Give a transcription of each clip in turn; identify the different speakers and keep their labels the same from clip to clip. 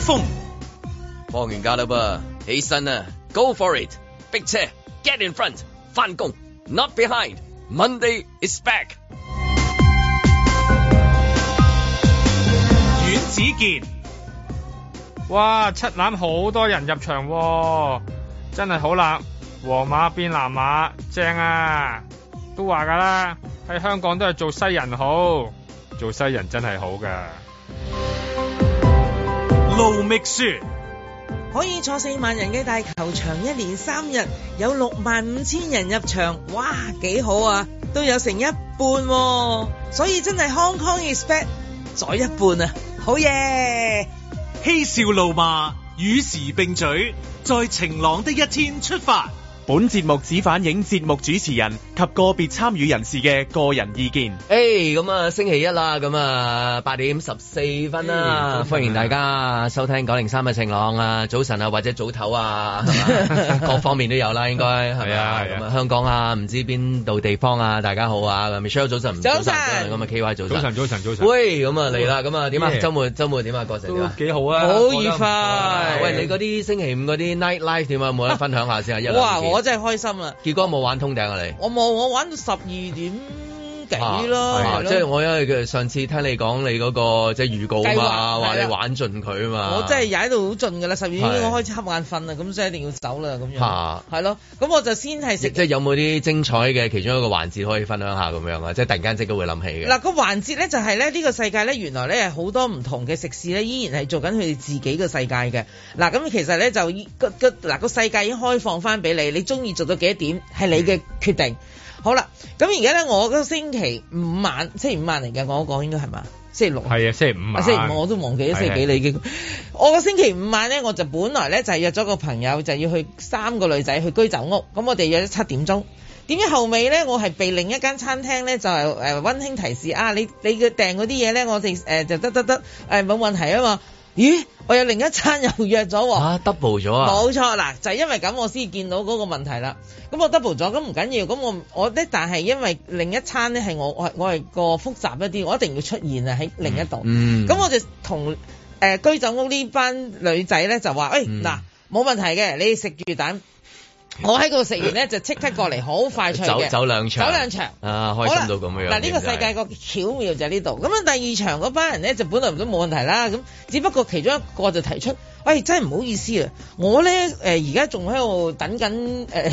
Speaker 1: 風。放完假啦噃，起身啦，Go for it！逼車，Get in front！翻工，Not behind！Monday is back。
Speaker 2: 阮子健，
Speaker 3: 哇！七欖好多人入場喎、真係好啦！皇馬變藍馬，正啊！都話㗎啦，喺香港都係做西人好，做西人真係好㗎。
Speaker 2: 盧覓雪，
Speaker 4: 可以坐四萬人嘅大球場，一連三日有六萬五千人入場，哇，幾好啊！都有成一半喎、所以真係 Hong Kong is back，咗一半啊，好嘢！
Speaker 2: 嬉笑怒罵，與時並舉，在晴朗的一天出發。
Speaker 5: 本節目只反映節目主持人及個別參與人士嘅個人意見。
Speaker 1: 誒咁啊，星期一啦，咁啊八點十四分啦，歡迎大家收聽九零三嘅晴朗啊，早晨啊，或者早唞啊，係 嘛各方面都有啦，應該係
Speaker 3: 係啊係啊
Speaker 1: 咁啊，香港啊，唔知邊度地方啊，大家好啊，Michelle 早晨，
Speaker 4: 早晨
Speaker 1: 咁啊 K Y 早
Speaker 3: 早晨，
Speaker 1: 晨，
Speaker 3: 早晨，早晨。
Speaker 1: 喂，咁啊嚟啦，咁啊點啊？
Speaker 3: Yeah
Speaker 1: 週末週末點啊？郭成點
Speaker 3: 都
Speaker 1: 啊？
Speaker 3: 幾好啊！
Speaker 4: 好
Speaker 3: 覺得唔錯啊
Speaker 4: 愉快
Speaker 1: 喂，你嗰啲星期五嗰啲 night life 點啊？有冇得分享下先啊？一
Speaker 4: 哇！
Speaker 1: 兩件
Speaker 4: 我真係開心啦，
Speaker 1: 結果冇玩通頂啊你。
Speaker 4: 我冇我玩到十二點幾咯，
Speaker 1: 啊
Speaker 4: 係
Speaker 1: 即係
Speaker 4: 咯，
Speaker 1: 我因為佢上次聽你講你嗰個即係預告啊
Speaker 4: 計劃
Speaker 1: 嘛，話
Speaker 4: 係
Speaker 1: 你
Speaker 4: 啦
Speaker 1: 玩盡佢啊嘛，
Speaker 4: 我真係踩到好盡㗎啦，十二點
Speaker 1: 係
Speaker 4: 我開始瞌眼瞓啦，咁所以一定要走啦，咁樣
Speaker 1: 嚇
Speaker 4: 係咯，咁我就先係
Speaker 1: 即
Speaker 4: 食
Speaker 1: 即係有冇啲精彩嘅其中一個環節可以分享下咁樣啊？即係突然間即刻會諗起嘅。
Speaker 4: 嗱個環節咧就係咧呢個世界咧原來咧係好多唔同嘅食肆咧依然係做緊佢哋自己嘅世界嘅。嗱咁其實咧就依個個嗱個世界已經開放翻俾你，你中意做到幾多點係你嘅決定。好啦，咁而家咧我嗰個星期五晚，星期五晚嚟嘅，我講應該係嘛？星期六。
Speaker 3: 係啊，星期五
Speaker 4: 啊，
Speaker 3: 晚。
Speaker 4: 星期五我都忘記咗星期幾
Speaker 3: 係
Speaker 4: 啦已經。我個星期五晚咧，我就本來咧就係約咗個朋友，就要去三個女仔去居酒屋，咁我哋約咗七點鐘。點解後尾咧，我係被另一間餐廳咧就係誒温馨提示啊，你你嘅訂嗰啲嘢咧，我哋誒、呃就得得得誒冇問題啊嘛。咦，我有另一餐又約咗喎。
Speaker 1: 啊 double 咗啊！
Speaker 4: 冇錯嗱，就係、因為咁我先見到嗰個問題啦。咁我 double 咗，咁唔緊要。咁我我咧，但係因為另一餐咧係我我係我係個複雜一啲，我一定要出現啊喺另一度。咁、
Speaker 1: 嗯
Speaker 4: 我就同誒、呃居酒屋呢班女仔咧就話：，喂
Speaker 1: 嗯
Speaker 4: 嗱，冇、問題嘅，你食魚蛋。我喺嗰度食完咧，就即刻過嚟，好快脆
Speaker 1: 走
Speaker 4: 嘅。
Speaker 1: 走兩場，
Speaker 4: 走兩場
Speaker 1: 啊！
Speaker 4: 好
Speaker 1: 開
Speaker 4: 啦
Speaker 1: 心到咁樣。
Speaker 4: 嗱，呢個世界個巧妙就喺呢度。咁啊，第二場嗰班人咧就本來都冇問題啦。咁只不過其中一個就提出，喂，真係唔好意思啊，我咧誒而家仲喺度等緊呃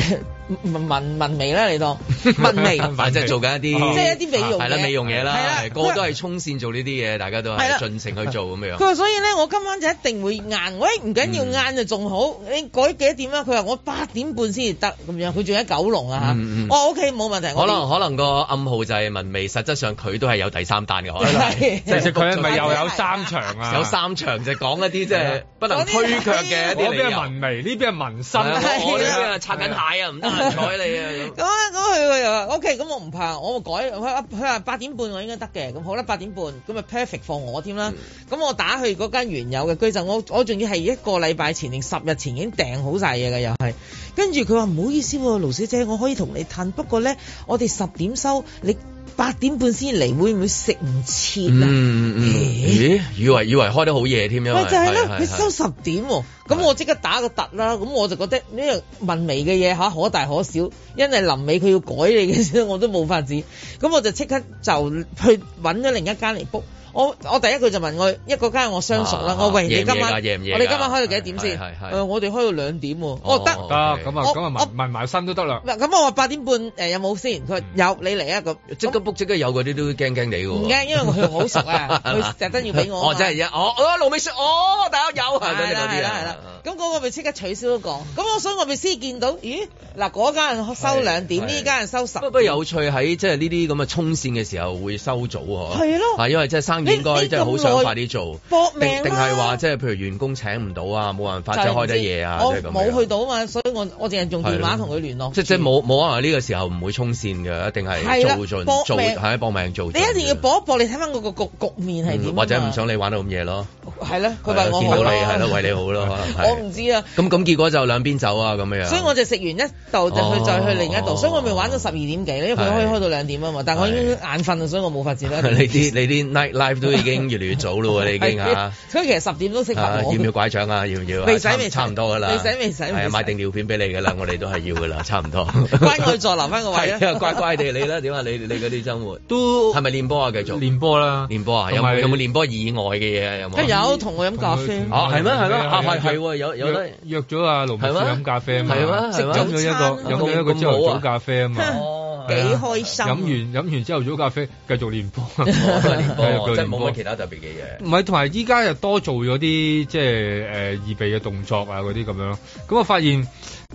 Speaker 4: 誒文文文眉啦，你當 文眉。
Speaker 1: 反正做緊
Speaker 3: 哦
Speaker 1: 一啲
Speaker 4: 即係一啲美容
Speaker 1: 係啦
Speaker 4: 嘢
Speaker 1: 美容嘢啦
Speaker 4: 係啦，
Speaker 1: 係個個都係衝線做呢啲嘢，大家都
Speaker 4: 係
Speaker 1: 係
Speaker 4: 啦
Speaker 1: 盡情去做咁樣
Speaker 4: 佢。話：所以咧，我今晚就一定會晏。喂，唔緊要，
Speaker 1: 嗯
Speaker 4: 晏就仲好。你改幾多點啊？佢話我八點半先至得咁樣。佢仲喺九龍啊
Speaker 1: 嗯嗯
Speaker 4: 嚇。我 OK 冇問題。我
Speaker 1: 可能可能個暗號就係文眉，實質上佢都係有第三單嘅可能。
Speaker 4: 係
Speaker 3: 其實佢係咪又有三場啊？
Speaker 1: 有。三場就講一啲即係不能推卻
Speaker 3: 嗰
Speaker 1: 嘅一啲理
Speaker 3: 邊
Speaker 1: 由
Speaker 3: 係文。眉，呢邊係紋身。
Speaker 1: 係啊我我呢邊啊拆緊
Speaker 3: 係啊
Speaker 1: 蟹啊，唔得閒睬你 啊。
Speaker 4: 咁啊，咁佢佢又話 OK，咁我唔怕，我改佢話啊佢話八點半我應該得嘅，咁好啦，八點半咁咪啊 perfect 放我添啦。咁、我打去嗰間原有嘅居酒屋，我仲要係一個禮拜前定十日前已經訂好晒嘢嘅又係。跟住佢話唔好意思喎，盧小姐，我可以同你褪，不過咧我哋十點收，你八點半先嚟，會唔會食唔切啊？
Speaker 1: 嗯嗯，咦？以為以為開得好夜添，因為
Speaker 4: 喂，就係啦，
Speaker 1: 係
Speaker 4: 佢
Speaker 1: 係
Speaker 4: 收十點喎，咁我即刻打個突啦，咁我就覺得呢樣文眉嘅嘢嚇可大可小，因為臨尾佢要改你嘅先，我都冇法子，咁我就即刻就去揾咗另一間嚟 book。我我第一句就問我一個間我相熟啦
Speaker 1: 啊，
Speaker 4: 我喂
Speaker 1: 夜唔
Speaker 4: 你今晚
Speaker 1: 夜
Speaker 4: 我
Speaker 1: 㗎夜
Speaker 4: 哋
Speaker 1: 唔夜
Speaker 4: 今
Speaker 1: 㗎
Speaker 4: 晚開到幾多點先？
Speaker 1: 係係係
Speaker 4: 誒我哋開到兩點喎，我得。
Speaker 1: 哦
Speaker 3: 得咁啊，
Speaker 4: 我
Speaker 3: 咁啊
Speaker 4: 我
Speaker 3: 紋紋埋身都得啦。
Speaker 4: 嗱咁我話八點半誒有冇先？佢話有，你嚟啊咁。
Speaker 1: 即刻 book 即刻有嗰啲都驚驚地嘅喎。
Speaker 4: 唔驚，因為佢好熟 啊，佢特登要俾我啊嘛。
Speaker 1: 哦，真係一我我盧美雪，哦，大家有係嗰啲嗰
Speaker 4: 係
Speaker 1: 啲
Speaker 4: 啦係啦
Speaker 1: 啊。，
Speaker 4: 咁嗰個咪即刻取消咗個。咁我所以我咪先見到，咦嗱嗰間人收兩點，
Speaker 1: 係
Speaker 4: 呢間人收十
Speaker 1: 不。不有趣喺即係呢啲咁嘅衝線嘅時候會收早嗬，
Speaker 4: 係咯
Speaker 1: 啊因為即係生意應
Speaker 4: 你
Speaker 1: 該
Speaker 4: 你
Speaker 1: 即係好
Speaker 4: 咁
Speaker 1: 想
Speaker 4: 耐
Speaker 1: 快啲做，
Speaker 4: 搏
Speaker 1: 定
Speaker 4: 命啦
Speaker 1: 定係話即係譬如員工請唔到啊，冇辦法即
Speaker 4: 就
Speaker 1: 係
Speaker 4: 唔
Speaker 1: 開
Speaker 4: 知
Speaker 1: 得夜啊，
Speaker 4: 我
Speaker 1: 即係咁樣
Speaker 4: 冇去到啊嘛，所以我我淨係用電話同佢聯絡。
Speaker 1: 即即冇冇可能呢個時候唔會衝線嘅，一定
Speaker 4: 係啦
Speaker 1: 係做
Speaker 4: 搏
Speaker 1: 盡做
Speaker 4: 命
Speaker 1: 係搏命做盡
Speaker 4: 你
Speaker 1: 嘅。
Speaker 4: 一定要搏一搏，你睇翻嗰個局局面係點啊
Speaker 1: 嗯
Speaker 4: 嘛。
Speaker 1: 或者唔想你玩到咁夜咯，
Speaker 4: 係啦，佢為我
Speaker 1: 見到你係
Speaker 4: 啦
Speaker 1: 咯，為 你好咯，可能係
Speaker 4: 我唔知啊。
Speaker 1: 咁咁結果就兩邊走啊咁樣樣。
Speaker 4: 所 以我就食完一度就去再去另一度，
Speaker 1: 哦
Speaker 4: 所以我咪玩到十二點幾咧，因為佢可以開到兩點啊嘛。但我已經眼瞓啦，所以我冇法子 啦。
Speaker 1: 你啲你啲 night life live 都已經越嚟越早咯喎，你已經嚇。
Speaker 4: 所以其實十點都適
Speaker 1: 啊
Speaker 4: 合我
Speaker 1: 要唔。要拐杖啊？要唔要啊？
Speaker 4: 未使
Speaker 1: 差唔
Speaker 4: 未使
Speaker 1: 差唔多噶啦，
Speaker 4: 未使未使未
Speaker 1: 係啊，
Speaker 4: 使
Speaker 1: 買定尿片俾你噶啦，我哋都係要噶啦， 差唔多。
Speaker 4: 關愛座留翻個位
Speaker 1: 係
Speaker 4: 啦
Speaker 1: 啊，。乖乖地你啦，點啊？你你嗰啲生活
Speaker 6: 都
Speaker 1: 係咪練波啊？繼續
Speaker 6: 練波啦，
Speaker 1: 練波啊？有
Speaker 6: 同
Speaker 1: 冇
Speaker 6: 埋
Speaker 1: 有冇練波以外嘅嘢啊？有
Speaker 4: 梗
Speaker 1: 冇？
Speaker 4: 有同我飲咖啡
Speaker 6: 同，佢
Speaker 1: 哦，係咩？係咩？
Speaker 6: 係啊
Speaker 1: 啊，
Speaker 6: 係啊
Speaker 1: 係係喎，有有得
Speaker 6: 約。約咗阿盧明
Speaker 1: 係
Speaker 6: 雪
Speaker 1: 咩
Speaker 6: 飲咖啡啊嘛，
Speaker 1: 係咩啊
Speaker 4: 係咩
Speaker 6: 飲咗一
Speaker 4: 食早餐啊
Speaker 6: 個飲咗一個朝頭早咖啡啊嘛，
Speaker 1: 哦
Speaker 4: 幾開心啊
Speaker 6: 飲完飲完朝頭早咖啡繼續練波，啊
Speaker 1: 我哦都係練波，啊
Speaker 6: 繼
Speaker 1: 即
Speaker 6: 續
Speaker 1: 係
Speaker 6: 練
Speaker 1: 冇乜其他特別嘅嘢。
Speaker 6: 唔係，同埋依家又多做咗啲即係誒、呃、預備嘅動作啊嗰啲咁樣咯。咁我發現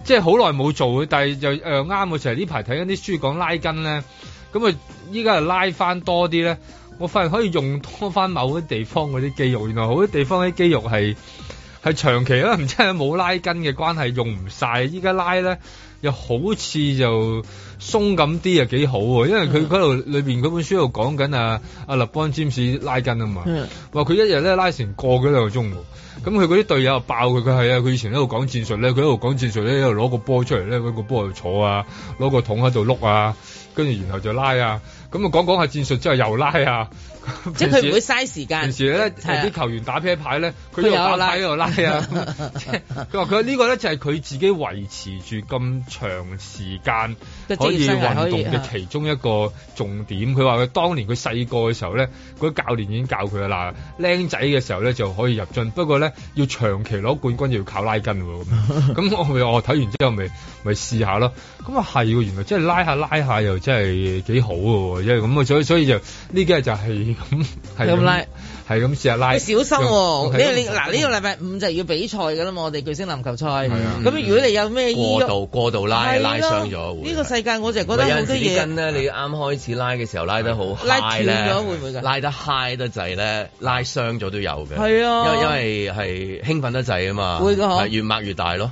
Speaker 6: 即係好耐冇做，但係又又啱我成日呢排睇緊啲書講拉筋咧，咁啊依家又拉翻多啲咧，我發現可以用多翻某啲地方嗰啲肌肉，原來好多地方啲肌肉係 係長期啦，唔知係冇拉筋嘅關係用唔晒。依家拉咧又好似就鬆咁啲又幾好喎，因為佢嗰度裏邊嗰本書度講緊啊阿立邦詹姆士拉筋啊嘛。
Speaker 4: 嗯
Speaker 6: 話佢一日咧拉成個幾兩個鐘喎，咁佢嗰啲隊友又爆佢，佢係啊，佢以前喺度講戰術咧，佢喺度講戰術咧，喺度攞個波出嚟咧，揾個波喺度坐啊，攞個桶喺度碌啊，跟住然後就拉啊，咁啊講講下戰術之後又拉啊，
Speaker 4: 即
Speaker 6: 平時
Speaker 4: 係佢唔會嘥時間
Speaker 6: 平。時咧
Speaker 4: 係啊
Speaker 6: 啲球員打啤牌咧，佢
Speaker 4: 佢
Speaker 6: 又
Speaker 4: 有
Speaker 6: 打
Speaker 4: 拉
Speaker 6: 牌喺度拉啊， 即係佢話佢呢個咧就係佢自己維持住咁長時間
Speaker 4: 嘅職
Speaker 6: 可
Speaker 4: 業
Speaker 6: 以
Speaker 4: 生涯
Speaker 6: 運
Speaker 4: 可以
Speaker 6: 動嘅
Speaker 4: 啊
Speaker 6: 其中一個重點。佢話佢當年佢細個嘅時候咧，嗰啲教練已經教佢啦，嗱，僆仔嘅時候咧就可以入樽，不過咧要長期攞冠軍就要靠拉筋喎咁 樣。咁我咪我睇完之後咪咪試下咯。咁啊係喎，原來真係拉下拉下又真係幾好嘅喎，因為咁啊，所以所以就呢幾日就係咁係
Speaker 4: 咁拉
Speaker 6: 係咁試下拉。
Speaker 4: 你小心
Speaker 6: 用
Speaker 4: 喎！
Speaker 6: 係咁
Speaker 4: 你你嗱呢個禮拜五就要比賽㗎啦嘛，我哋巨星籃球賽。
Speaker 6: 啊
Speaker 4: 咁如果你有咩醫
Speaker 1: 過度過度拉
Speaker 4: 啊係咯
Speaker 1: 拉傷咗會。
Speaker 4: 呢個世界我就覺
Speaker 1: 唔
Speaker 4: 得
Speaker 1: 係有
Speaker 4: 好
Speaker 1: 陣時
Speaker 4: 多
Speaker 1: 啲
Speaker 4: 嘢
Speaker 1: 筋咧，你啱開始拉嘅時候拉得好 high
Speaker 4: 拉斷
Speaker 1: 咧
Speaker 4: 咗會唔會㗎
Speaker 1: 拉得 high 得滯咧，拉傷咗都有嘅。
Speaker 4: 係啊
Speaker 1: 因為因為係興奮得滯啊嘛，
Speaker 4: 會㗎嗬
Speaker 1: 係越擘越大 咯。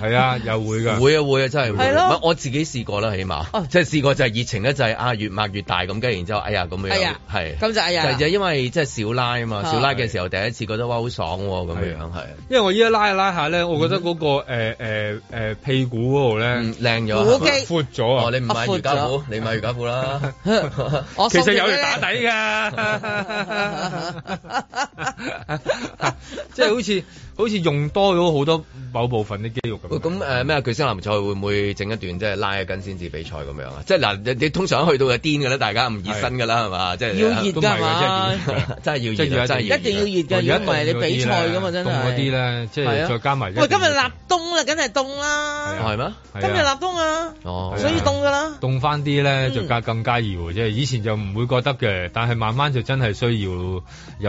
Speaker 6: 係啊，又會㗎。
Speaker 1: 會啊會啊，真係會。
Speaker 4: 係咯
Speaker 1: 唔我自己試過啦，起碼
Speaker 4: 哦
Speaker 1: 即係試過就係熱情咧，就係啊越擘越大咁，跟住然之後哎呀咁
Speaker 4: 哎
Speaker 1: 樣
Speaker 4: 呀，
Speaker 1: 係。
Speaker 4: 咁就哎呀
Speaker 1: 就係因為即係少拉啊嘛，
Speaker 4: 啊
Speaker 1: 少拉嘅時候第一次覺得哇好爽喎咁
Speaker 6: 係
Speaker 1: 樣係，
Speaker 6: 因為我依家拉下拉下咧，我覺得嗰、個誒誒誒屁股嗰度咧
Speaker 1: 嗯靚
Speaker 4: 好
Speaker 1: 咗。
Speaker 4: 肌
Speaker 6: 闊咗
Speaker 1: 哦
Speaker 6: 啊！，
Speaker 1: 你唔買
Speaker 4: 我
Speaker 1: 瑜
Speaker 4: 闊
Speaker 1: 伽褲
Speaker 4: 咗，
Speaker 1: 你買瑜伽褲啦。
Speaker 4: 我
Speaker 6: 其
Speaker 4: 送
Speaker 6: 實
Speaker 4: 俾
Speaker 6: 有
Speaker 4: 哦你
Speaker 6: 條打底㗎， 即係好似好似用多咗好多某部分啲肌肉
Speaker 1: 喂
Speaker 6: 咁。
Speaker 4: 呃
Speaker 1: 咁誒咩啊巨星籃賽會唔會整一段即係拉緊先至比賽咁樣啊？即係嗱，你你通常去到就癲㗎啦，大家唔熱身㗎啦，係嘛？即係
Speaker 4: 要熱
Speaker 6: 都唔係
Speaker 4: 㗎
Speaker 6: 㗎
Speaker 4: 嘛，
Speaker 6: 真係
Speaker 1: 真係要熱啊，真係
Speaker 4: 一
Speaker 1: 要
Speaker 4: 定要
Speaker 1: 熱
Speaker 6: 我
Speaker 4: 熱㗎，
Speaker 6: 而
Speaker 4: 如
Speaker 6: 家
Speaker 4: 果唔係你
Speaker 6: 凍咗啲
Speaker 4: 比賽㗎嘛，真係。
Speaker 6: 凍嗰啲咧，即
Speaker 4: 係
Speaker 6: 係
Speaker 4: 啊
Speaker 6: 再加埋一
Speaker 4: 喂，今日
Speaker 6: 係
Speaker 4: 立
Speaker 6: 啊
Speaker 4: 冬啦，梗係凍
Speaker 6: 係
Speaker 4: 啦，
Speaker 1: 啊，係咩？
Speaker 4: 哦今日立冬啊，
Speaker 1: 哦，
Speaker 4: 所以凍㗎啦。
Speaker 6: 凍翻啲咧，
Speaker 4: 嗯
Speaker 6: 就加更加要嘅啫。以前就唔會覺得嘅，但係慢慢就真係需要有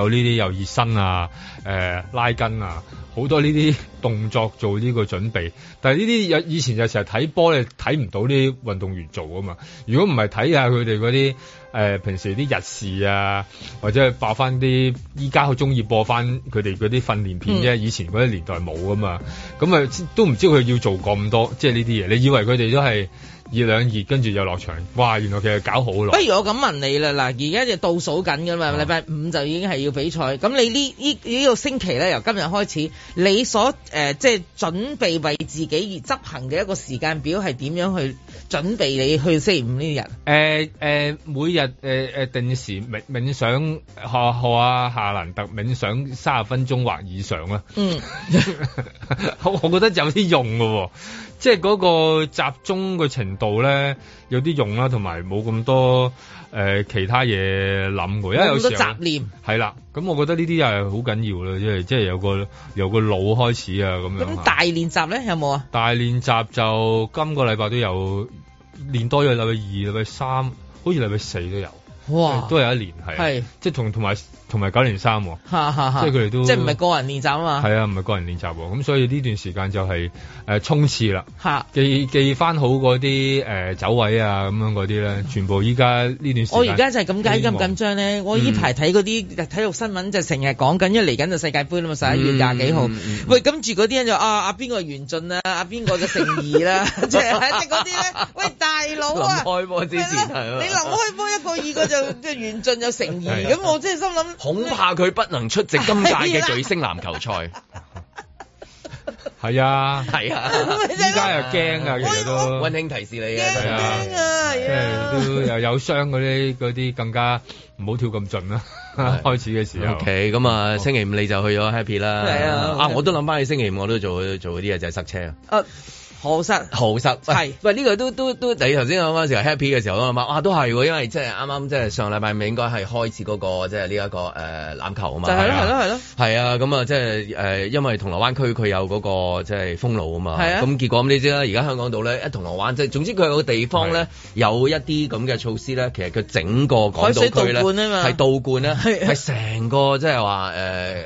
Speaker 6: 呢啲又熱身啊、誒、拉筋啊，好多呢啲動作做呢個準備。但係呢啲有以前就成日睇波咧，睇唔到啲運動員做啊嘛。如果唔係睇下佢哋嗰啲誒平時啲日事啊，或者係爆翻啲依家好中意播翻佢哋嗰啲訓練片啫。以前嗰啲年代冇啊嘛，咁啊都唔知佢要做咁多，即係呢啲嘢。你以為佢哋都係？熱兩熱，跟住又落場，哇！原來其實搞好
Speaker 4: 不
Speaker 6: 耐，
Speaker 4: 如我咁問你啦，嗱，而家就倒數緊㗎嘛，禮拜五就已經係要比賽，咁你呢呢呢個星期咧，由今日開始，你所誒、呃即係準備為自己而執行嘅一個時間表係點樣去準備你去星期五呢日？
Speaker 6: 誒誒，每日誒誒定時冥冥想學學啊夏蘭特冥想三十分鐘或以上啦、
Speaker 4: 嗯，
Speaker 6: 我我覺得有啲用嘅喎、即係嗰個集中嘅程度咧有啲用啦，同埋冇咁多誒、呃其他嘢諗嘅，因為有
Speaker 4: 咁多
Speaker 6: 時候
Speaker 4: 雜。念，
Speaker 6: 係啦，咁我覺得呢啲又係好緊要啦，即係即係有個由個腦開始啊咁樣。
Speaker 4: 咁大練習咧有冇啊？
Speaker 6: 大練習就今個禮拜都有練多咗禮拜二、禮拜三，好似禮拜四都有，
Speaker 4: 哇，
Speaker 6: 都有一年係啊
Speaker 4: 係，
Speaker 6: 即係同同埋同埋九連三喎，
Speaker 4: 哈哈哈
Speaker 6: 即係佢哋都
Speaker 4: 即係唔係個人練習啊嘛？
Speaker 6: 係啊，唔係個人練習喎，咁所以呢段時間就係誒衝刺啦，
Speaker 4: 嚇！
Speaker 6: 記記翻好嗰啲誒走位啊咁樣嗰啲咧，全部依家呢段時間
Speaker 4: 我而家就係咁解
Speaker 6: 希
Speaker 4: 緊
Speaker 6: 望
Speaker 4: 咁緊張咧，我依排睇嗰啲體育新聞就成日講緊，因為嚟緊就世界盃啦嘛，十
Speaker 6: 嗯
Speaker 4: 一月廿幾號。喂，跟住嗰啲人就啊啊邊個係袁俊啦，啊邊個嘅成怡 啦，即係即係嗰啲咧，喂大佬
Speaker 1: 臨
Speaker 4: 啊！
Speaker 1: 開波之前係啊
Speaker 4: 你臨開波一個二個就即係袁俊又成怡，
Speaker 6: 係啊
Speaker 4: 咁我真係心諗
Speaker 1: 恐怕佢不能出席今屆嘅巨星籃球賽。
Speaker 6: 係啊，
Speaker 1: 係啊，
Speaker 4: 咪就係咯
Speaker 6: 依家又驚啊，其實都
Speaker 1: 温馨提示你嘅，真
Speaker 4: 驚
Speaker 1: 係
Speaker 6: 啊
Speaker 4: 驚啊！
Speaker 6: 即
Speaker 4: 呀
Speaker 6: 係都又有傷嗰啲嗰啲更加唔好跳咁盡啦。
Speaker 1: 係
Speaker 6: 開始嘅時候
Speaker 1: O K，咁啊，星期五你就去咗 Happy 啦。
Speaker 4: 係啊
Speaker 1: 啊，我都諗翻起星期五我都做做嗰啲嘢就係塞車啊。
Speaker 4: 啊，何塞
Speaker 1: 豪塞喂
Speaker 4: 係
Speaker 1: 喂，呢個都都都，你頭先講嗰陣時候 happy 嘅時候啊嘛，哇都係喎，因為即係啱啱即係上禮拜咪應該係開始嗰個即係呢一個誒欖球啊
Speaker 4: 就
Speaker 1: 嘛，
Speaker 4: 係咯
Speaker 1: 啊
Speaker 4: 係咯係咯，
Speaker 1: 係啊，咁啊，即係誒，因為銅鑼灣區佢有嗰個即係封路啊嘛，
Speaker 4: 係啊
Speaker 1: 咁結果咁你知啦，而家香港島咧，一銅鑼灣即係總之佢有個地方咧，有一啲咁嘅措施咧，其實佢整個港島區咧
Speaker 4: 海水倒灌啊嘛
Speaker 1: 係倒灌咧，
Speaker 4: 係啊
Speaker 1: 係成個即係話誒誒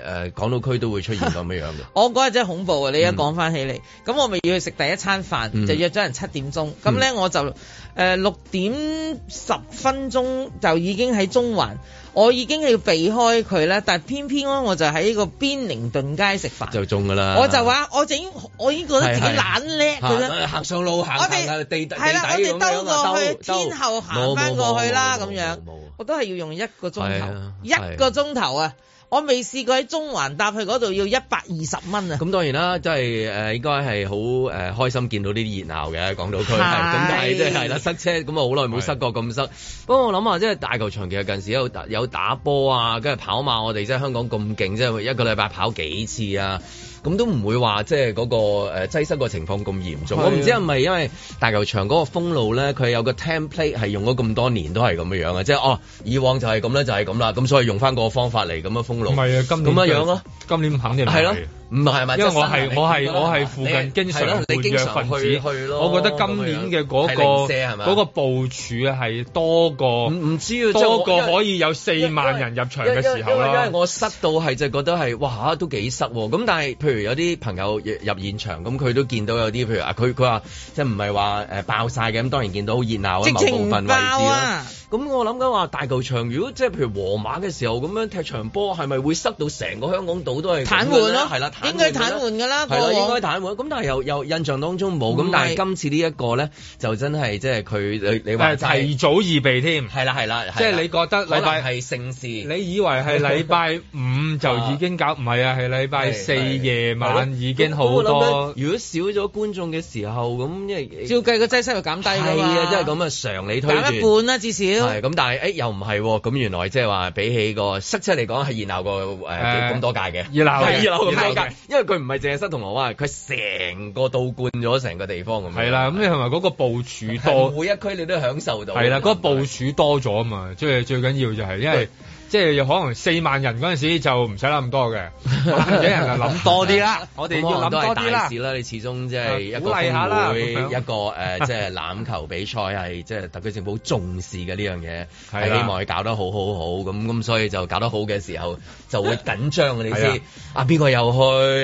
Speaker 1: 呃港島區都會出現咁樣樣 嘅。
Speaker 4: 我嗰日真係恐怖啊！你一講翻起嚟，咁、我咪要去食第一餐飯，
Speaker 1: 嗯
Speaker 4: 就約咗人七點鐘。咁咧、我就誒六、點十分鐘就已經喺中環，我已經要避開佢啦。但係偏偏咧我就喺個邊寧頓街食飯，
Speaker 1: 就中㗎啦！
Speaker 4: 我就話我就已經我已經覺得自己
Speaker 1: 係係
Speaker 4: 懶叻㗎啦。
Speaker 1: 行行上路行
Speaker 4: 我
Speaker 1: 行
Speaker 4: 哋
Speaker 1: 下地地底
Speaker 4: 係啦我哋
Speaker 1: 咁樣啊
Speaker 4: 兜過去
Speaker 1: 兜兜
Speaker 4: 天后行
Speaker 1: 冇
Speaker 4: 返
Speaker 1: 冇
Speaker 4: 過去
Speaker 1: 冇
Speaker 4: 啦
Speaker 1: 冇
Speaker 4: 咁樣
Speaker 1: 冇冇冇
Speaker 4: 我都係要用一個鐘
Speaker 1: 係
Speaker 4: 頭
Speaker 1: 啊，
Speaker 4: 一個鐘頭啊！我未試過喺中環搭去嗰度要一百二十蚊啊！
Speaker 1: 咁當然啦，即係誒應該係好誒開心見到呢啲熱鬧嘅港島區，係咁
Speaker 4: 係
Speaker 1: 但係即係係啦塞車，咁啊好耐冇塞過咁塞。不過我諗啊，即係大球場其實近時有打有打波啊，跟住跑馬，我哋即係香港咁勁，即係一個禮拜跑幾次啊。咁都唔會話即係嗰個誒擠塞個情況咁嚴重。
Speaker 4: 係啊
Speaker 1: 我唔知係咪因為大球場嗰個封路咧，佢有個 template 係用咗咁多年都係咁樣樣嘅，即係哦以往就係咁啦，就係咁啦，咁所以用翻個方法嚟咁樣封
Speaker 6: 唔
Speaker 1: 路。
Speaker 6: 係啊，今年
Speaker 1: 咁樣樣咯。
Speaker 6: 今年肯定唔
Speaker 1: 係
Speaker 6: 係
Speaker 1: 咯，唔係咪？
Speaker 6: 因為我
Speaker 1: 即新
Speaker 6: 係
Speaker 1: 人你
Speaker 6: 我係
Speaker 1: 覺得
Speaker 6: 我
Speaker 1: 嘛
Speaker 6: 係附
Speaker 1: 你
Speaker 6: 近經
Speaker 1: 係咯
Speaker 6: 常
Speaker 1: 你
Speaker 6: 活
Speaker 1: 經
Speaker 6: 躍
Speaker 1: 常
Speaker 6: 分子
Speaker 1: 去去，咯。
Speaker 6: 我覺得今年嘅嗰
Speaker 1: 係零舍係
Speaker 6: 個
Speaker 1: 嘛
Speaker 6: 嗰個部署係多
Speaker 1: 唔
Speaker 6: 過
Speaker 1: 唔知啊，即係我
Speaker 6: 多過可
Speaker 1: 因為
Speaker 6: 以有四萬人入場嘅時候
Speaker 1: 因為因為因為
Speaker 6: 啦
Speaker 1: 因為。我塞到係就覺得係哇嚇都幾塞喎。咁但係譬如有啲朋友入入現場，咁佢都見到有啲譬如啊，佢佢話即係唔係話誒爆晒嘅，咁當然見到好熱鬧啊
Speaker 4: 直
Speaker 1: 某
Speaker 4: 情
Speaker 1: 部
Speaker 4: 唔
Speaker 1: 分位置
Speaker 4: 爆
Speaker 1: 啦。
Speaker 4: 啊！
Speaker 1: 咁我諗緊話大球場，如果即係譬如皇馬嘅時候咁樣踢場波，係咪會塞到成個香港島都係咁
Speaker 4: 癱
Speaker 1: 樣
Speaker 4: 瘓
Speaker 1: 咧
Speaker 4: 咯，
Speaker 1: 係啦，
Speaker 4: 應該
Speaker 1: 㗎啦
Speaker 4: 癱瘓㗎啦，
Speaker 1: 係啦，
Speaker 4: 啊過
Speaker 1: 應
Speaker 4: 往
Speaker 1: 該彈簧。咁但係又又印象當中冇咁
Speaker 4: 唔係，
Speaker 1: 但係今次呢一個咧就真係即係佢你你話
Speaker 6: 誒
Speaker 1: 齋
Speaker 6: 提早預備添，
Speaker 1: 係啦係啦，
Speaker 6: 即係你覺
Speaker 1: 可
Speaker 6: 得禮
Speaker 1: 能
Speaker 6: 拜，
Speaker 1: 係盛事，
Speaker 6: 你以為係禮拜五就已經搞，唔係啊，係禮拜四夜晚已經好
Speaker 1: 咁我諗
Speaker 6: 多
Speaker 1: 緊。如果少咗觀眾嘅時候，咁因為
Speaker 4: 照計個擠塞就減低㗎
Speaker 1: 係
Speaker 4: 嘛
Speaker 1: 啊，即係咁啊，常理推
Speaker 4: 減一
Speaker 1: 斷。
Speaker 4: 半啦，至少
Speaker 1: 係咁，但係誒又唔係喎，咁原來即係話比起個塞車嚟講係熱鬧過誒
Speaker 6: 誒
Speaker 1: 咁多屆嘅，
Speaker 6: 熱鬧嘅
Speaker 1: 係熱鬧咁多
Speaker 6: 熱鬧嘅
Speaker 1: 屆，因為佢唔係淨係塞銅鑼灣，佢成個倒灌咗成個地方咁樣。
Speaker 6: 係啦，咁你係咪嗰個部署
Speaker 1: 係
Speaker 6: 多？
Speaker 1: 每一區你都享受到。
Speaker 6: 係啦，嗰個部署多咗啊嘛，即係最緊要就係因為。即係有可能四萬人嗰陣時就唔使諗咁多 嘅，萬幾人就諗多啲啦。我哋
Speaker 1: 咁啊
Speaker 6: 要諗
Speaker 1: 都係
Speaker 6: 多啲
Speaker 1: 大
Speaker 6: 啦
Speaker 1: 事。啦，你始終即係一個
Speaker 6: 鼓勵下啦
Speaker 1: 峰會
Speaker 6: 咁樣
Speaker 1: 一個 誒，即係欖球比賽係即係特區政府好重視嘅呢樣嘢，係
Speaker 6: 係啦
Speaker 1: 希望佢搞得好好好咁咁，所以就搞得好嘅時候就會緊張嘅，你
Speaker 6: 係啊
Speaker 1: 知啊邊個又去